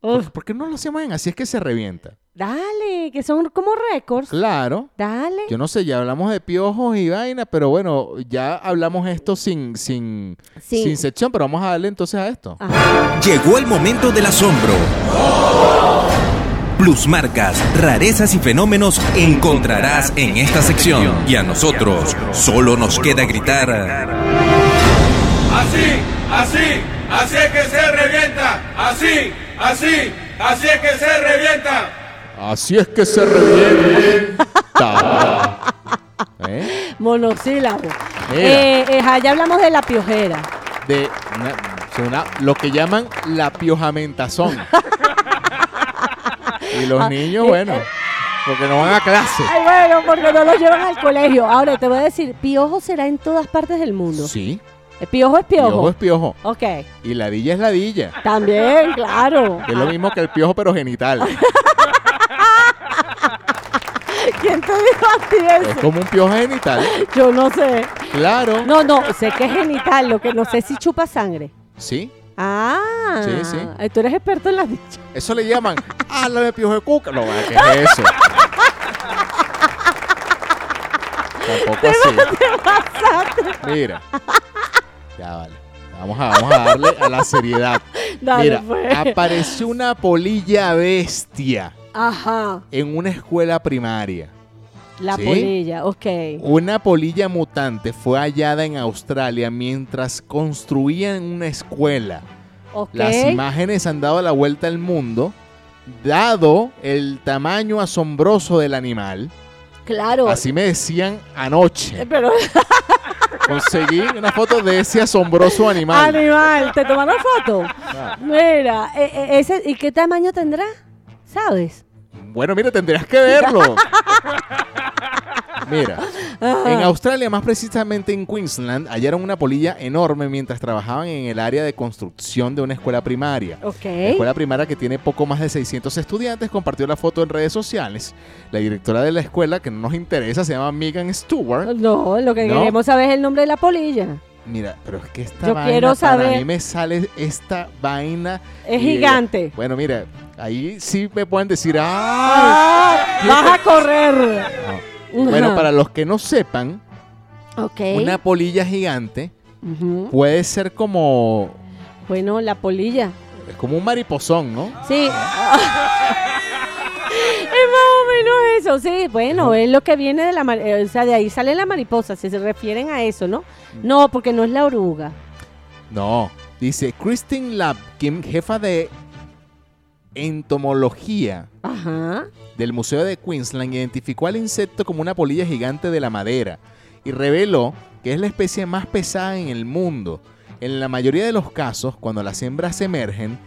[SPEAKER 2] Uf,
[SPEAKER 1] ¿Por, por qué no lo hacemos en así? Es que se revienta.
[SPEAKER 2] dale, que son como récords.
[SPEAKER 1] Claro.
[SPEAKER 2] Dale.
[SPEAKER 1] Yo no sé, ya hablamos de piojos y vaina, pero bueno, ya hablamos esto sin, sin,
[SPEAKER 2] Sí. Ah.
[SPEAKER 1] sin sección, pero vamos a darle entonces a esto.
[SPEAKER 5] Llegó el momento del asombro. Plusmarcas, rarezas y fenómenos encontrarás en esta sección. Y a nosotros solo nos queda gritar.
[SPEAKER 6] Así, así, así es que se revienta. Así, así, así es que se revienta.
[SPEAKER 1] Así es que se revienta. ¿Eh?
[SPEAKER 2] Monosílabo.
[SPEAKER 1] Mira.
[SPEAKER 2] Eh, eh, ja, ya hablamos de la piojera.
[SPEAKER 1] De una- es una- lo que llaman la piojamentazón. y los niños, bueno, porque no van a clase.
[SPEAKER 2] Ah, eh, Ay, bueno, porque no lo llevan al colegio. Ahora te voy a decir, piojo será en todas partes del mundo.
[SPEAKER 1] Sí,
[SPEAKER 2] El piojo es piojo.
[SPEAKER 1] piojo es piojo.
[SPEAKER 2] Ok,
[SPEAKER 1] Y ladilla es ladilla.
[SPEAKER 2] también, claro.
[SPEAKER 1] Es lo mismo que el piojo, pero genital.
[SPEAKER 2] ¿Quién te dijo a ti
[SPEAKER 1] Es
[SPEAKER 2] eso?
[SPEAKER 1] como un piojo genital.
[SPEAKER 2] Yo no sé.
[SPEAKER 1] Claro.
[SPEAKER 2] No, no, sé que es genital, lo que no sé si chupa sangre.
[SPEAKER 1] Sí.
[SPEAKER 2] Ah,
[SPEAKER 1] Sí, sí.
[SPEAKER 2] eh, tú eres experto en las dichas.
[SPEAKER 1] Eso le llaman, ah, la de piojo de cuca. No, ¿qué es eso? Tampoco así. Mira. Ya vale. Vamos a, vamos a darle a la seriedad.
[SPEAKER 2] Dale,
[SPEAKER 1] Mira,
[SPEAKER 2] pues.
[SPEAKER 1] apareció una polilla bestia
[SPEAKER 2] Ajá,
[SPEAKER 1] en una escuela primaria.
[SPEAKER 2] la
[SPEAKER 1] ¿Sí?
[SPEAKER 2] polilla, ok.
[SPEAKER 1] Una polilla mutante fue hallada en Australia mientras construían una escuela.
[SPEAKER 2] ok.
[SPEAKER 1] Las imágenes han dado la vuelta al mundo, dado el tamaño asombroso del animal.
[SPEAKER 2] Claro. Eh,
[SPEAKER 1] Así me decían anoche.
[SPEAKER 2] Pero,
[SPEAKER 1] Conseguí una foto de ese asombroso
[SPEAKER 2] animal,
[SPEAKER 1] animal.
[SPEAKER 2] ¿te tomaron foto? Mira, eh, eh, ese, ¿y qué tamaño tendrá? ¿Sabes?
[SPEAKER 1] Bueno, mira, tendrías que verlo. Mira, en Australia, más precisamente en Queensland, hallaron una polilla enorme mientras trabajaban en el área de construcción de una escuela primaria.
[SPEAKER 2] Ok.
[SPEAKER 1] La escuela primaria que tiene poco más de 600 estudiantes compartió la foto en redes sociales. La directora de la escuela, que no nos interesa, se llama Megan Stewart.
[SPEAKER 2] No, lo que
[SPEAKER 1] No.
[SPEAKER 2] queremos saber es el nombre de la polilla.
[SPEAKER 1] Mira, pero es que esta
[SPEAKER 2] Yo
[SPEAKER 1] vaina
[SPEAKER 2] quiero
[SPEAKER 1] para
[SPEAKER 2] saber-
[SPEAKER 1] mí me sale esta vaina
[SPEAKER 2] Es
[SPEAKER 1] y- eh,
[SPEAKER 2] gigante.
[SPEAKER 1] Bueno, mira, Ahí sí me pueden decir, ¡ah!
[SPEAKER 2] ¡Ah! ¡Vas a correr!
[SPEAKER 1] Bueno,
[SPEAKER 2] Ajá.
[SPEAKER 1] para los que no sepan,
[SPEAKER 2] Ok.
[SPEAKER 1] una polilla gigante
[SPEAKER 2] Ujú.
[SPEAKER 1] puede ser como,
[SPEAKER 2] Bueno, la polilla.
[SPEAKER 1] es como un mariposón, ¿no?
[SPEAKER 2] Sí. es más o menos eso, sí. Bueno, es lo que viene de la mar- eh, o sea, de ahí sale la mariposa, si se refieren a eso, ¿no?
[SPEAKER 1] Mm.
[SPEAKER 2] No, porque no es la oruga.
[SPEAKER 1] No. Dice Christine Lab, quien- jefa de entomología
[SPEAKER 2] Ajá.
[SPEAKER 1] del Museo de Queensland, identificó al insecto como una polilla gigante de la madera y reveló que es la especie más pesada en el mundo. En la mayoría de los casos, cuando las hembras emergen,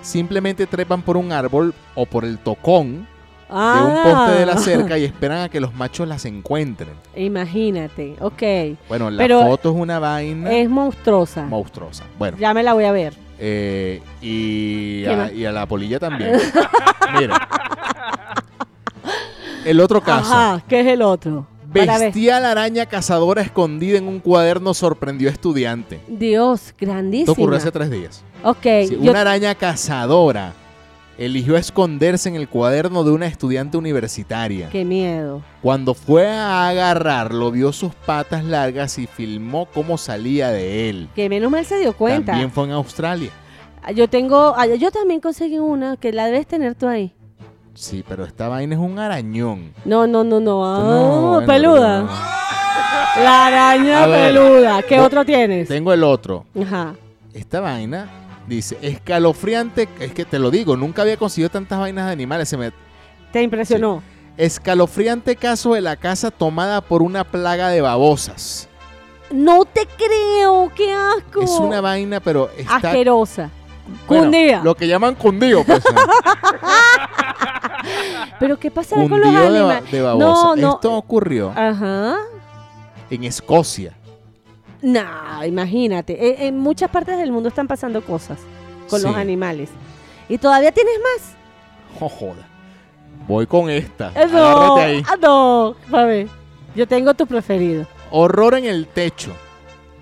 [SPEAKER 1] simplemente trepan por un árbol o por el tocón
[SPEAKER 2] Ah.
[SPEAKER 1] de un poste de la cerca y esperan a que los machos las encuentren.
[SPEAKER 2] Imagínate, ok.
[SPEAKER 1] Bueno, la
[SPEAKER 2] Pero-
[SPEAKER 1] foto es una vaina
[SPEAKER 2] Es monstruosa.
[SPEAKER 1] monstruosa. Bueno,
[SPEAKER 2] Ya me la voy a ver.
[SPEAKER 1] Eh, y,
[SPEAKER 2] ¿Qué
[SPEAKER 1] a,
[SPEAKER 2] más?
[SPEAKER 1] y a la polilla también. Mira. El otro caso.
[SPEAKER 2] Ajá, ¿qué es el otro? Para ver.
[SPEAKER 1] Bestial araña cazadora escondida en un cuaderno sorprendió a estudiante.
[SPEAKER 2] Dios,
[SPEAKER 1] Esto
[SPEAKER 2] grandísimo.
[SPEAKER 1] ocurrió hace tres días.
[SPEAKER 2] Ok,
[SPEAKER 1] Sí,
[SPEAKER 2] yo-
[SPEAKER 1] una araña cazadora eligió esconderse en el cuaderno de una estudiante universitaria.
[SPEAKER 2] qué miedo.
[SPEAKER 1] Cuando fue a agarrarlo, vio sus patas largas y filmó cómo salía de él.
[SPEAKER 2] Que menos mal se dio cuenta.
[SPEAKER 1] También fue en Australia.
[SPEAKER 2] Yo tengo, ah, yo también conseguí una que la debes tener tú ahí.
[SPEAKER 1] Sí, pero esta vaina es un arañón.
[SPEAKER 2] No, no, no, no. Ah,
[SPEAKER 1] Este, No, bueno,
[SPEAKER 2] peluda.
[SPEAKER 1] no.
[SPEAKER 2] La araña
[SPEAKER 1] A ver.
[SPEAKER 2] peluda. ¿Qué
[SPEAKER 1] No,
[SPEAKER 2] otro tienes?
[SPEAKER 1] Tengo el otro.
[SPEAKER 2] Ajá.
[SPEAKER 1] Esta vaina dice, escalofriante, es que te lo digo, nunca había conseguido tantas vainas de animales. Se me...
[SPEAKER 2] ¿Te impresionó?
[SPEAKER 1] Escalofriante caso de la casa tomada por una plaga de babosas.
[SPEAKER 2] No te creo, qué asco.
[SPEAKER 1] Es una vaina, pero está...
[SPEAKER 2] Ah, asquerosa.
[SPEAKER 1] bueno,
[SPEAKER 2] cundida.
[SPEAKER 1] Lo que llaman cundido. Pues,
[SPEAKER 2] Pero qué pasará con los
[SPEAKER 1] cundido de, ba-
[SPEAKER 2] animales.
[SPEAKER 1] de babosa.
[SPEAKER 2] No, no.
[SPEAKER 1] Esto ocurrió
[SPEAKER 2] Ajá.
[SPEAKER 1] en Escocia.
[SPEAKER 2] No, imagínate. E- En, muchas partes del mundo están pasando cosas con los
[SPEAKER 1] Sí.
[SPEAKER 2] animales. Y todavía tienes más.
[SPEAKER 1] Oh, joda. Voy con esta.
[SPEAKER 2] Eh, No,
[SPEAKER 1] Agárrate ahí.
[SPEAKER 2] ah, no, a ver. Yo tengo tu preferido.
[SPEAKER 1] Horror en el techo.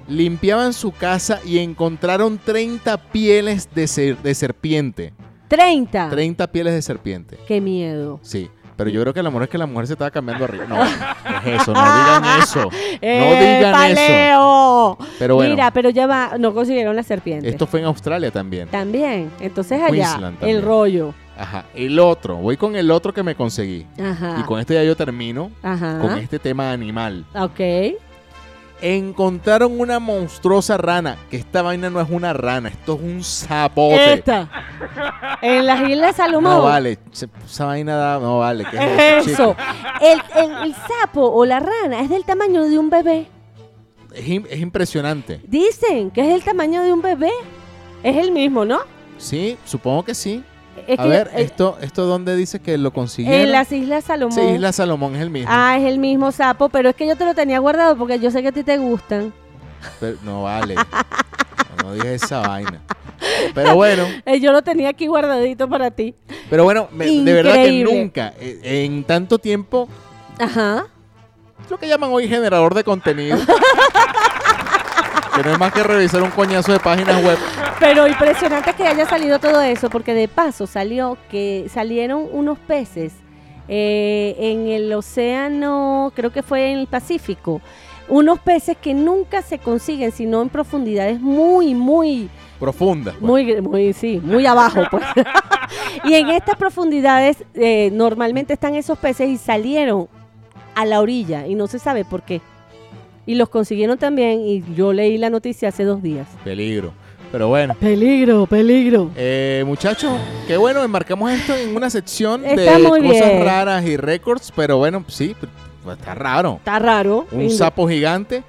[SPEAKER 1] Limpiaban su casa y encontraron 30 pieles de, ser- de serpiente.
[SPEAKER 2] 30.
[SPEAKER 1] 30 pieles de serpiente.
[SPEAKER 2] Qué miedo.
[SPEAKER 1] Sí. Pero yo creo que el amor es que la mujer se estaba cambiando arriba. No, no es eso, no digan eso. No digan eso.
[SPEAKER 2] Eh, paleo!
[SPEAKER 1] Pero bueno,
[SPEAKER 2] Mira, pero ya va, no consiguieron la serpiente.
[SPEAKER 1] esto fue en Australia también.
[SPEAKER 2] También. Entonces allá,
[SPEAKER 1] Queensland también.
[SPEAKER 2] el rollo.
[SPEAKER 1] Ajá. El otro, voy con el otro que me conseguí.
[SPEAKER 2] Ajá.
[SPEAKER 1] Y con este ya yo termino
[SPEAKER 2] Ah. Ajá.
[SPEAKER 1] con este tema animal.
[SPEAKER 2] Ok.
[SPEAKER 1] Encontraron una monstruosa rana. Que esta vaina no es una rana, esto es un zapote.
[SPEAKER 2] Esta. En las Islas Salomón.
[SPEAKER 1] No vale, se- esa vaina da, no vale. ¿qué
[SPEAKER 2] Es eso.
[SPEAKER 1] chico?
[SPEAKER 2] El, el- el sapo o la rana es del tamaño de un bebé.
[SPEAKER 1] Es, im- es impresionante.
[SPEAKER 2] Dicen que es del tamaño de un bebé. Es el mismo, ¿no?
[SPEAKER 1] Sí, supongo que sí.
[SPEAKER 2] Es
[SPEAKER 1] A
[SPEAKER 2] que-
[SPEAKER 1] ver,
[SPEAKER 2] eh,
[SPEAKER 1] esto, esto dónde dice que lo consiguieron.
[SPEAKER 2] en las Islas Salomón.
[SPEAKER 1] Sí, Isla Salomón es el mismo.
[SPEAKER 2] Ah, es el mismo sapo, pero es que yo te lo tenía guardado porque yo sé que a ti te gustan.
[SPEAKER 1] Pero- no vale. No dije esa vaina. Pero bueno,
[SPEAKER 2] Eh, yo lo tenía aquí guardadito para ti.
[SPEAKER 1] pero bueno, me- de verdad que
[SPEAKER 2] Increíble.
[SPEAKER 1] nunca, eh, en tanto tiempo,
[SPEAKER 2] Ajá.
[SPEAKER 1] lo que llaman hoy generador de contenido. que no es más que revisar un coñazo de páginas web.
[SPEAKER 2] Pero impresionante que haya salido todo eso, porque de paso salió que salieron unos peces eh, en el océano, creo que fue en el Pacífico, unos peces que nunca se consiguen, sino en profundidades muy, muy,
[SPEAKER 1] Profundas. pues.
[SPEAKER 2] muy, muy, sí, muy abajo, pues. y en estas profundidades eh, normalmente están esos peces y salieron a la orilla y no se sabe por qué. Y los consiguieron también y yo leí la noticia hace dos días.
[SPEAKER 1] Peligro. Pero bueno.
[SPEAKER 2] Peligro, peligro.
[SPEAKER 1] Eh, muchachos, qué bueno, enmarcamos esto en una sección
[SPEAKER 2] Está
[SPEAKER 1] de
[SPEAKER 2] muy
[SPEAKER 1] cosas
[SPEAKER 2] bien.
[SPEAKER 1] raras y récords, pero bueno, sí, pues, está raro.
[SPEAKER 2] Está raro.
[SPEAKER 1] Un
[SPEAKER 2] Lindo.
[SPEAKER 1] sapo gigante,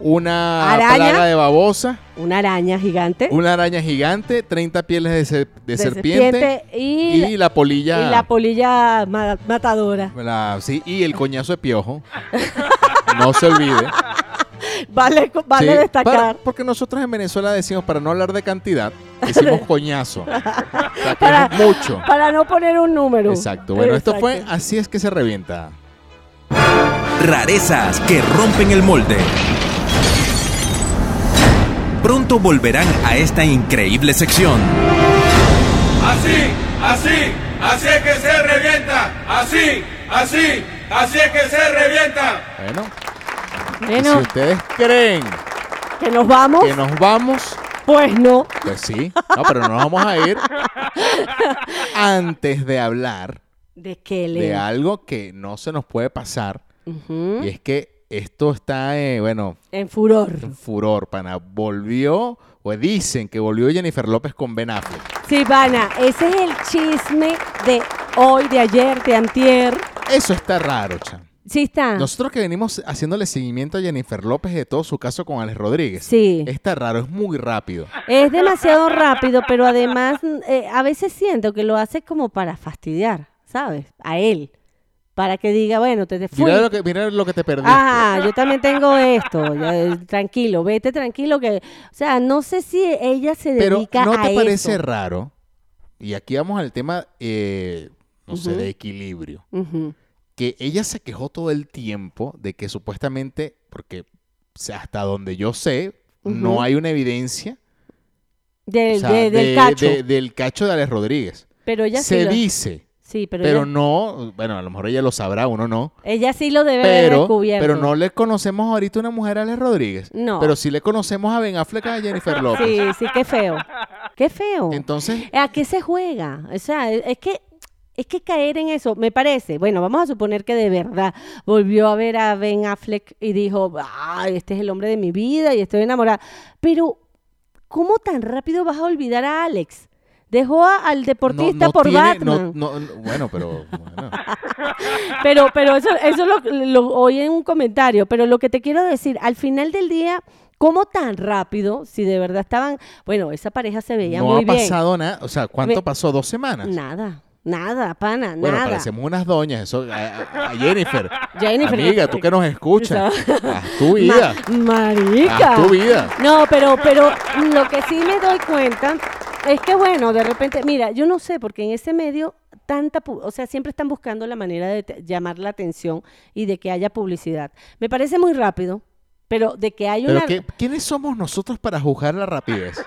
[SPEAKER 1] una
[SPEAKER 2] Araña. ¿Eh?
[SPEAKER 1] plaga de babosa,
[SPEAKER 2] Una araña gigante.
[SPEAKER 1] una araña gigante, 30 pieles de, ser- de serpiente,
[SPEAKER 2] y,
[SPEAKER 1] y la polilla.
[SPEAKER 2] y la polilla ma- matadora.
[SPEAKER 1] la- sí, y el coñazo de piojo. no se olvide.
[SPEAKER 2] Vale, co- vale
[SPEAKER 1] Sí, para-
[SPEAKER 2] destacar.
[SPEAKER 1] porque nosotros en Venezuela decimos, para no hablar de cantidad, decimos coñazo. O sea, que
[SPEAKER 2] Para-
[SPEAKER 1] es mucho.
[SPEAKER 2] Para, no poner un número.
[SPEAKER 1] Exacto. Bueno, esto fue
[SPEAKER 2] Exacto.
[SPEAKER 1] Así es que se revienta.
[SPEAKER 5] Rarezas que rompen el molde. Pronto volverán a esta increíble sección.
[SPEAKER 6] así, así, así es que se revienta, así, así, así es que se revienta.
[SPEAKER 1] Bueno, si
[SPEAKER 2] Bueno,
[SPEAKER 1] ustedes creen
[SPEAKER 2] que nos vamos.
[SPEAKER 1] que nos vamos,
[SPEAKER 2] Pues no.
[SPEAKER 1] pues sí, no, pero no nos vamos a ir antes de hablar
[SPEAKER 2] ¿De qué
[SPEAKER 1] de
[SPEAKER 2] le?
[SPEAKER 1] algo que no se nos puede pasar. Y es que esto está, eh, bueno,
[SPEAKER 2] En furor.
[SPEAKER 1] en furor, pana. Volvió, o dicen que volvió Jennifer López con Ben Affleck.
[SPEAKER 2] Sí, pana, ese es el chisme de hoy, de ayer, de antier.
[SPEAKER 1] Eso está raro, Chan.
[SPEAKER 2] Sí está.
[SPEAKER 1] Nosotros que venimos haciéndole seguimiento a Jennifer López de todo su caso con Alex Rodríguez.
[SPEAKER 2] Sí.
[SPEAKER 1] Está raro, es muy rápido.
[SPEAKER 2] Es demasiado rápido, pero además eh, a veces siento que lo hace como para fastidiar, ¿sabes? A él. Para que diga, bueno, te, te fui.
[SPEAKER 1] Mira lo que, mira lo que te perdiste.
[SPEAKER 2] Ah, yo también tengo esto. ya, eh, tranquilo, vete tranquilo. que, O sea, no sé si ella se
[SPEAKER 1] Pero
[SPEAKER 2] dedica
[SPEAKER 1] ¿no
[SPEAKER 2] a
[SPEAKER 1] te parece
[SPEAKER 2] eso.
[SPEAKER 1] raro? Y aquí vamos al tema, eh, no sé, de equilibrio.
[SPEAKER 2] Ujú.
[SPEAKER 1] Que ella se quejó todo el tiempo de que supuestamente, porque o sea, hasta donde yo sé, no hay una evidencia
[SPEAKER 2] Del-
[SPEAKER 1] o sea,
[SPEAKER 2] de- del
[SPEAKER 1] de-
[SPEAKER 2] cacho.
[SPEAKER 1] de- del cacho de Alex Rodríguez.
[SPEAKER 2] pero ella sí
[SPEAKER 1] se
[SPEAKER 2] lo,
[SPEAKER 1] dice,
[SPEAKER 2] Sí, pero,
[SPEAKER 1] pero,
[SPEAKER 2] ella,
[SPEAKER 1] no, bueno, a lo mejor ella lo sabrá, uno no.
[SPEAKER 2] ella sí lo debe haber
[SPEAKER 1] Pero,
[SPEAKER 2] descubierto.
[SPEAKER 1] pero no le conocemos ahorita una mujer a Alex Rodríguez.
[SPEAKER 2] No.
[SPEAKER 1] Pero sí le conocemos a Ben Affleck y a Jennifer López.
[SPEAKER 2] Sí, sí, qué feo. Qué feo.
[SPEAKER 1] Entonces,
[SPEAKER 2] ¿A qué se juega? O sea, es es que es que caer en eso, me parece. Bueno, vamos a suponer que de verdad volvió a ver a Ben Affleck y dijo, "Ay, este es el hombre de mi vida y estoy enamorada." Pero ¿cómo tan rápido vas a olvidar a Alex? Dejó a- al deportista por
[SPEAKER 1] tiene- no-
[SPEAKER 2] Batman. Ah,
[SPEAKER 1] no- no- bueno, pero bueno,
[SPEAKER 2] Pero, pero eso, eso lo, lo oí en un comentario. Pero lo que te quiero decir, al final del día, ¿cómo tan rápido? Si de verdad estaban, bueno, esa pareja se veía
[SPEAKER 1] no
[SPEAKER 2] muy
[SPEAKER 1] ha
[SPEAKER 2] bien.
[SPEAKER 1] pasado nada. O sea, ¿cuánto
[SPEAKER 2] Me-
[SPEAKER 1] pasó? ¿Dos semanas?
[SPEAKER 2] Nada, nada, pana,
[SPEAKER 1] Bueno,
[SPEAKER 2] nada.
[SPEAKER 1] parecemos unas doñas. Eso, a- a, a Jennifer.
[SPEAKER 2] Jennifer,
[SPEAKER 1] Amiga, tú que nos escuchas. Haz tu vida.
[SPEAKER 2] Ma- marica.
[SPEAKER 1] Haz tu vida.
[SPEAKER 2] No, pero, pero lo que sí me doy cuenta es que, bueno, de repente, mira, yo no sé, porque en ese medio tanta, pu- o sea, siempre están buscando la manera de te- llamar la atención y de que haya publicidad. Me parece muy rápido, pero de que hay
[SPEAKER 1] Pero
[SPEAKER 2] una...
[SPEAKER 1] ¿qué- ¿quiénes somos nosotros para juzgar la rapidez?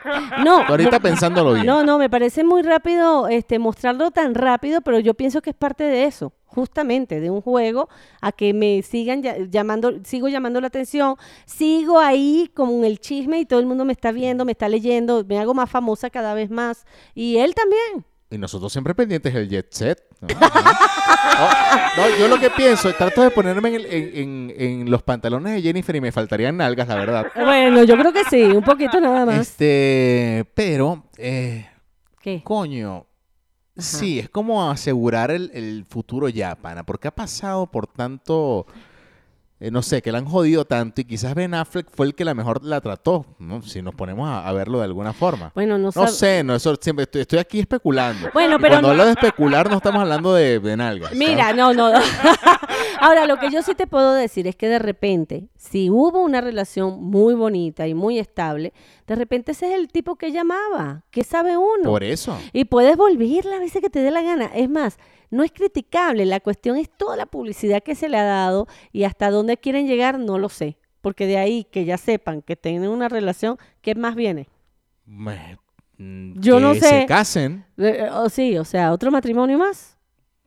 [SPEAKER 2] No, me-
[SPEAKER 1] Ahorita pensándolo bien.
[SPEAKER 2] No, no, me parece muy rápido este, mostrarlo tan rápido, pero yo pienso que es parte de eso, justamente, de un juego, a que me sigan ya- llamando, sigo llamando la atención, sigo ahí como el chisme y todo el mundo me está viendo, me está leyendo, me hago más famosa cada vez más. Y él también.
[SPEAKER 1] Y nosotros siempre pendientes del jet set. ¿no? Ah, No, no, yo lo que pienso, trato de ponerme en, el- en- en- en los pantalones de Jennifer y me faltarían nalgas, la verdad.
[SPEAKER 2] Bueno, yo creo que sí, un poquito nada más.
[SPEAKER 1] Este, pero, eh,
[SPEAKER 2] ¿Qué?
[SPEAKER 1] coño, sí, es como asegurar el, el futuro ya, pana, porque ha pasado por tanto, eh, no sé, que la han jodido tanto y quizás Ben Affleck fue el que la mejor la trató, ¿no? si nos ponemos a, a verlo de alguna forma.
[SPEAKER 2] Bueno, no,
[SPEAKER 1] No
[SPEAKER 2] sab-
[SPEAKER 1] sé, no, eso siempre estoy, estoy aquí especulando.
[SPEAKER 2] Pues, Bueno,
[SPEAKER 1] Y
[SPEAKER 2] pero
[SPEAKER 1] cuando
[SPEAKER 2] no-
[SPEAKER 1] hablo de especular no estamos hablando de, de nalgas.
[SPEAKER 2] Mira,
[SPEAKER 1] ¿sabes?
[SPEAKER 2] no, no. Ahora, lo que yo sí te puedo decir es que de repente, si hubo una relación muy bonita y muy estable, de repente ese es el tipo que llamaba, que sabe uno.
[SPEAKER 1] por e-, eso.
[SPEAKER 2] Y puedes volver las veces que te dé la gana. Es más, no es criticable, la cuestión es toda la publicidad que se le ha dado y hasta dónde quieren llegar, no lo sé. Porque de ahí que ya sepan que tienen una relación, ¿qué más viene?
[SPEAKER 1] Me- mm,
[SPEAKER 2] Yo no
[SPEAKER 1] que
[SPEAKER 2] sé.
[SPEAKER 1] Se casen.
[SPEAKER 2] Eh, eh, o sí, o sea, otro matrimonio más.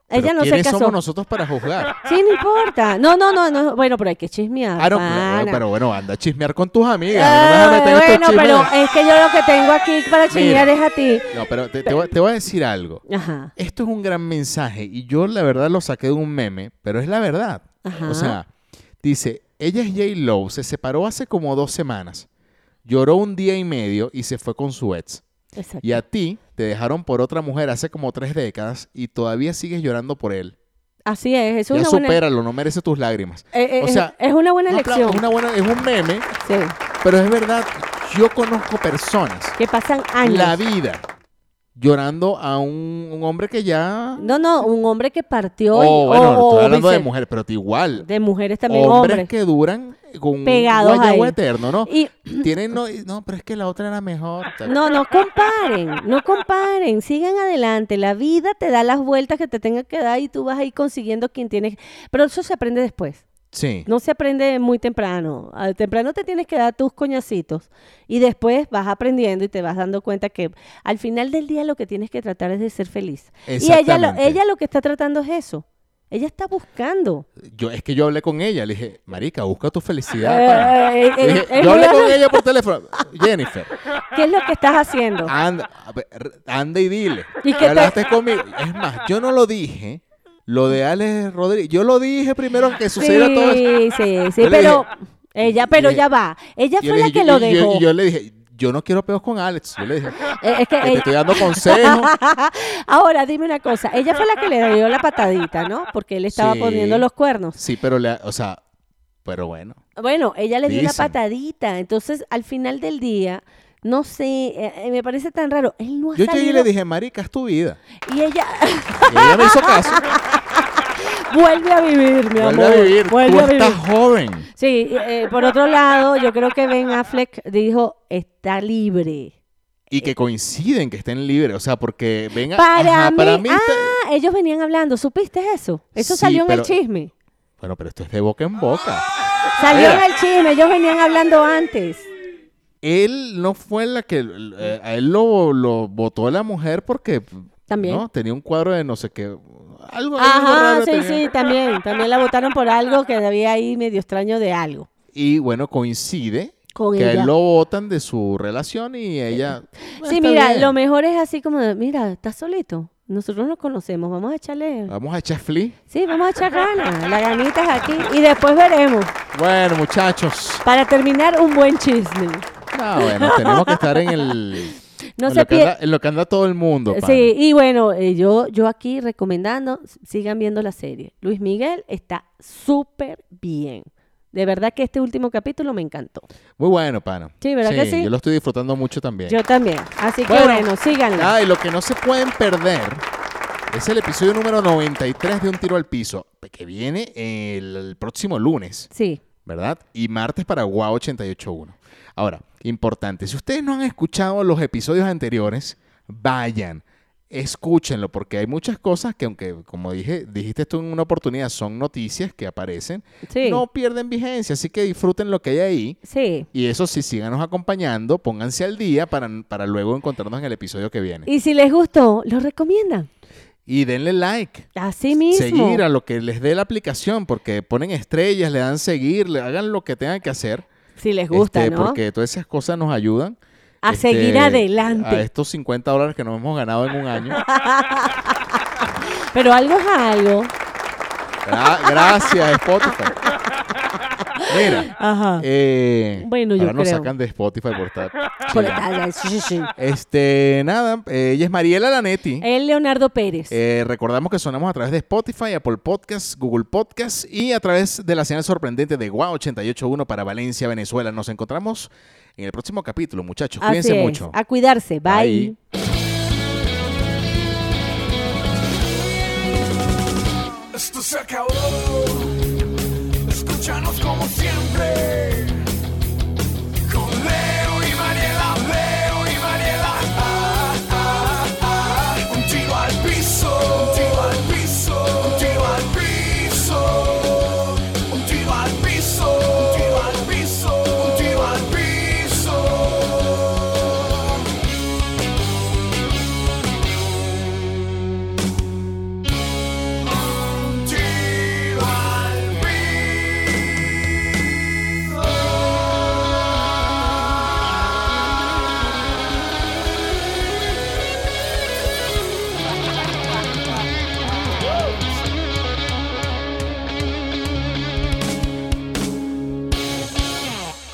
[SPEAKER 2] Ella
[SPEAKER 1] pero
[SPEAKER 2] no se
[SPEAKER 1] ¿quiénes
[SPEAKER 2] casó. Ah,
[SPEAKER 1] somos nosotros para juzgar?
[SPEAKER 2] Sí, no importa. No, no, no, no. Bueno, pero hay que chismear.
[SPEAKER 1] Ah, no,
[SPEAKER 2] pana.
[SPEAKER 1] pero, pero bueno, anda a chismear con tus amigas.
[SPEAKER 2] Ah,
[SPEAKER 1] no me vas a meter en estos
[SPEAKER 2] bueno, pero
[SPEAKER 1] chismes.
[SPEAKER 2] es que yo lo que tengo aquí para chismear es a ti.
[SPEAKER 1] No, pero te, te voy, te voy a decir algo.
[SPEAKER 2] Ajá.
[SPEAKER 1] Esto es un gran mensaje y yo la verdad lo saqué de un meme, pero es la verdad.
[SPEAKER 2] Ajá.
[SPEAKER 1] O sea, dice, ella es J. Lowe, se separó hace como dos semanas, lloró un día y medio y se fue con su ex.
[SPEAKER 2] Exacto.
[SPEAKER 1] Y a ti te dejaron por otra mujer hace como tres décadas y todavía sigues llorando por él.
[SPEAKER 2] Así es, es una
[SPEAKER 1] ya
[SPEAKER 2] buena.
[SPEAKER 1] supéralo, no merece tus lágrimas.
[SPEAKER 2] Eh, eh,
[SPEAKER 1] o
[SPEAKER 2] es-
[SPEAKER 1] sea,
[SPEAKER 2] es una buena
[SPEAKER 1] un apla-
[SPEAKER 2] elección.
[SPEAKER 1] es una buena- es un meme,
[SPEAKER 2] Sí,
[SPEAKER 1] pero es verdad, yo conozco personas
[SPEAKER 2] que pasan años.
[SPEAKER 1] la vida llorando a un, un hombre que ya.
[SPEAKER 2] No, no, un hombre que partió. y-
[SPEAKER 1] Oh, bueno,
[SPEAKER 2] o- o
[SPEAKER 1] estoy hablando de
[SPEAKER 2] vice-
[SPEAKER 1] mujer, pero igual.
[SPEAKER 2] De mujeres también,
[SPEAKER 1] hombres
[SPEAKER 2] hombres.
[SPEAKER 1] que duran con un
[SPEAKER 2] Pegados
[SPEAKER 1] guayabo
[SPEAKER 2] ahí.
[SPEAKER 1] eterno, ¿no?
[SPEAKER 2] Y
[SPEAKER 1] Tienen, no, y- no, pero es que la otra era mejor. tal.
[SPEAKER 2] no, no comparen, no comparen, sigan adelante. La vida te da las vueltas que te tenga que dar y tú vas ahí consiguiendo quien tienes. Pero eso se aprende después.
[SPEAKER 1] Sí.
[SPEAKER 2] No se aprende muy temprano. Al temprano te tienes que dar tus coñacitos y después vas aprendiendo y te vas dando cuenta que al final del día lo que tienes que tratar es de ser feliz. Y ella lo,
[SPEAKER 1] Exactamente.
[SPEAKER 2] ella lo que está tratando es eso. Ella está buscando.
[SPEAKER 1] Yo, es que yo hablé con ella, le dije, Marica, busca tu felicidad. pana".
[SPEAKER 2] Eh, eh,
[SPEAKER 1] Le
[SPEAKER 2] eh,
[SPEAKER 1] dije,
[SPEAKER 2] es
[SPEAKER 1] yo hablé
[SPEAKER 2] muy-
[SPEAKER 1] con ella por teléfono. Jennifer,
[SPEAKER 2] ¿Qué es lo que estás haciendo?
[SPEAKER 1] anda, a ver, anda y dile.
[SPEAKER 2] ¿Y qué
[SPEAKER 1] que
[SPEAKER 2] te-
[SPEAKER 1] hablaste conmigo. Es más, yo no lo dije. Lo de Alex Rodríguez, yo lo dije primero que sucediera todo eso.
[SPEAKER 2] sí, sí, sí,
[SPEAKER 1] Yo le
[SPEAKER 2] pero
[SPEAKER 1] dije-
[SPEAKER 2] ella, pero
[SPEAKER 1] dije-
[SPEAKER 2] ya va. Ella
[SPEAKER 1] Yo
[SPEAKER 2] fue
[SPEAKER 1] le
[SPEAKER 2] la
[SPEAKER 1] dije-
[SPEAKER 2] que
[SPEAKER 1] yo-
[SPEAKER 2] lo
[SPEAKER 1] yo-
[SPEAKER 2] dejó.
[SPEAKER 1] Yo, le dije, yo no quiero peos con Alex. Yo le dije,
[SPEAKER 2] Eh, es que
[SPEAKER 1] que te
[SPEAKER 2] ella-
[SPEAKER 1] estoy dando consejos.
[SPEAKER 2] Ahora dime una cosa, ella fue la que le dio la patadita, ¿no? Porque él estaba
[SPEAKER 1] Sí.
[SPEAKER 2] poniendo los cuernos.
[SPEAKER 1] Sí, pero le, o sea, pero bueno.
[SPEAKER 2] Bueno, ella le dio la
[SPEAKER 1] Dicen.
[SPEAKER 2] patadita. Entonces, al final del día, no sé, eh, eh, me parece tan raro. Él no ha
[SPEAKER 1] Yo llegué y
[SPEAKER 2] salido.
[SPEAKER 1] le dije, marica, es tu vida.
[SPEAKER 2] Y ella
[SPEAKER 1] Y ella me hizo caso.
[SPEAKER 2] vuelve a vivir, mi
[SPEAKER 1] Vuelve a
[SPEAKER 2] amor.
[SPEAKER 1] vivir. Tú
[SPEAKER 2] Vuelve a vivir.
[SPEAKER 1] estás joven.
[SPEAKER 2] Sí, eh, por otro lado, yo creo que Ben Affleck dijo, está libre.
[SPEAKER 1] Y que coinciden que estén libres. O sea, porque venga.
[SPEAKER 2] Para,
[SPEAKER 1] ajá,
[SPEAKER 2] mí,
[SPEAKER 1] para mí.
[SPEAKER 2] ah,
[SPEAKER 1] te-
[SPEAKER 2] ellos venían hablando, ¿supiste eso? Eso
[SPEAKER 1] Sí,
[SPEAKER 2] salió en
[SPEAKER 1] pero-
[SPEAKER 2] el chisme.
[SPEAKER 1] Bueno, pero esto es de boca en boca.
[SPEAKER 2] Salió
[SPEAKER 1] Mira.
[SPEAKER 2] en el chisme, ellos venían hablando antes.
[SPEAKER 1] Él no fue la que. eh, a él lo, lo votó la mujer porque.
[SPEAKER 2] También.
[SPEAKER 1] ¿no? Tenía un cuadro de no sé qué. Algo. algo
[SPEAKER 2] Ajá,
[SPEAKER 1] raro
[SPEAKER 2] sí,
[SPEAKER 1] tenía.
[SPEAKER 2] sí, también. También la votaron por algo que había ahí medio extraño de algo.
[SPEAKER 1] Y bueno, coincide.
[SPEAKER 2] Con
[SPEAKER 1] que a
[SPEAKER 2] ella.
[SPEAKER 1] él lo votan de su relación y ella.
[SPEAKER 2] Sí,
[SPEAKER 1] está
[SPEAKER 2] mira,
[SPEAKER 1] bien.
[SPEAKER 2] lo mejor es así como, de, mira, estás solito. Nosotros nos conocemos, vamos a echarle.
[SPEAKER 1] Vamos a echar flea.
[SPEAKER 2] Sí, vamos a echar ganas. La ganita es aquí y después veremos.
[SPEAKER 1] Bueno, muchachos.
[SPEAKER 2] Para terminar, un buen chisme.
[SPEAKER 1] No, bueno, tenemos que estar en el.
[SPEAKER 2] No
[SPEAKER 1] en
[SPEAKER 2] se
[SPEAKER 1] lo que
[SPEAKER 2] pier-
[SPEAKER 1] anda- en lo que anda todo el mundo. pana.
[SPEAKER 2] Sí, y bueno, eh, yo, yo aquí recomendando, s- sigan viendo la serie. Luis Miguel está súper bien. De verdad que este último capítulo me encantó.
[SPEAKER 1] Muy bueno, pana.
[SPEAKER 2] Sí, ¿verdad que sí?
[SPEAKER 1] Yo lo estoy disfrutando mucho también.
[SPEAKER 2] Yo también. Así que
[SPEAKER 1] Bueno.
[SPEAKER 2] bueno, síganlo.
[SPEAKER 1] Ah, y lo que no se pueden perder es el episodio número 93 de Un Tiro al Piso, que viene el, el próximo lunes,
[SPEAKER 2] Sí.
[SPEAKER 1] ¿verdad? Y martes para Guau 88.1. Ahora, importante, si ustedes no han escuchado los episodios anteriores, vayan, escúchenlo, porque hay muchas cosas que, aunque, como dije, dijiste tú en una oportunidad, son noticias que aparecen,
[SPEAKER 2] Sí.
[SPEAKER 1] no pierden vigencia, así que disfruten lo que hay ahí.
[SPEAKER 2] Sí.
[SPEAKER 1] Y eso sí, síganos acompañando, pónganse al día para, para luego encontrarnos en el episodio que viene.
[SPEAKER 2] Y si les gustó, lo recomiendan.
[SPEAKER 1] Y denle like.
[SPEAKER 2] Así mismo.
[SPEAKER 1] Seguir a lo que les dé la aplicación, porque ponen estrellas, le dan seguir, le hagan lo que tengan que hacer.
[SPEAKER 2] si les gusta,
[SPEAKER 1] este,
[SPEAKER 2] ¿no?
[SPEAKER 1] Porque todas esas cosas nos ayudan.
[SPEAKER 2] A
[SPEAKER 1] este,
[SPEAKER 2] seguir
[SPEAKER 1] A
[SPEAKER 2] adelante.
[SPEAKER 1] estos 50 dólares que nos hemos ganado en un año.
[SPEAKER 2] Pero algo es algo.
[SPEAKER 1] Gra- Ah, gracias, Spotify. Mira,
[SPEAKER 2] Ajá.
[SPEAKER 1] eh,
[SPEAKER 2] Ah. Bueno, yo
[SPEAKER 1] ahora nos
[SPEAKER 2] creo.
[SPEAKER 1] sacan de Spotify por estar
[SPEAKER 2] Por-
[SPEAKER 1] chillando.
[SPEAKER 2] ah, sí, sí, sí.
[SPEAKER 1] Este, nada, eh, ella es Mariela Lanetti.
[SPEAKER 2] El Leonardo Pérez.
[SPEAKER 1] Eh, recordamos que sonamos a través de Spotify, Apple Podcasts, Google Podcasts y a través de la señal sorprendente de Guau 881 para Valencia, Venezuela. Nos encontramos en el próximo capítulo, muchachos.
[SPEAKER 2] Así
[SPEAKER 1] Cuídense
[SPEAKER 2] es.
[SPEAKER 1] mucho.
[SPEAKER 2] A cuidarse. Bye.
[SPEAKER 1] Bye.
[SPEAKER 6] Esto se acabó. Escúchanos como siempre. Con Leo y Mariela, Leo y Mariela. Ah, ah, ah. Un tiro al piso. Un tiro al piso. Un tiro al piso. Un tiro al piso. Un tiro al piso. Un tiro al piso. Un tiro al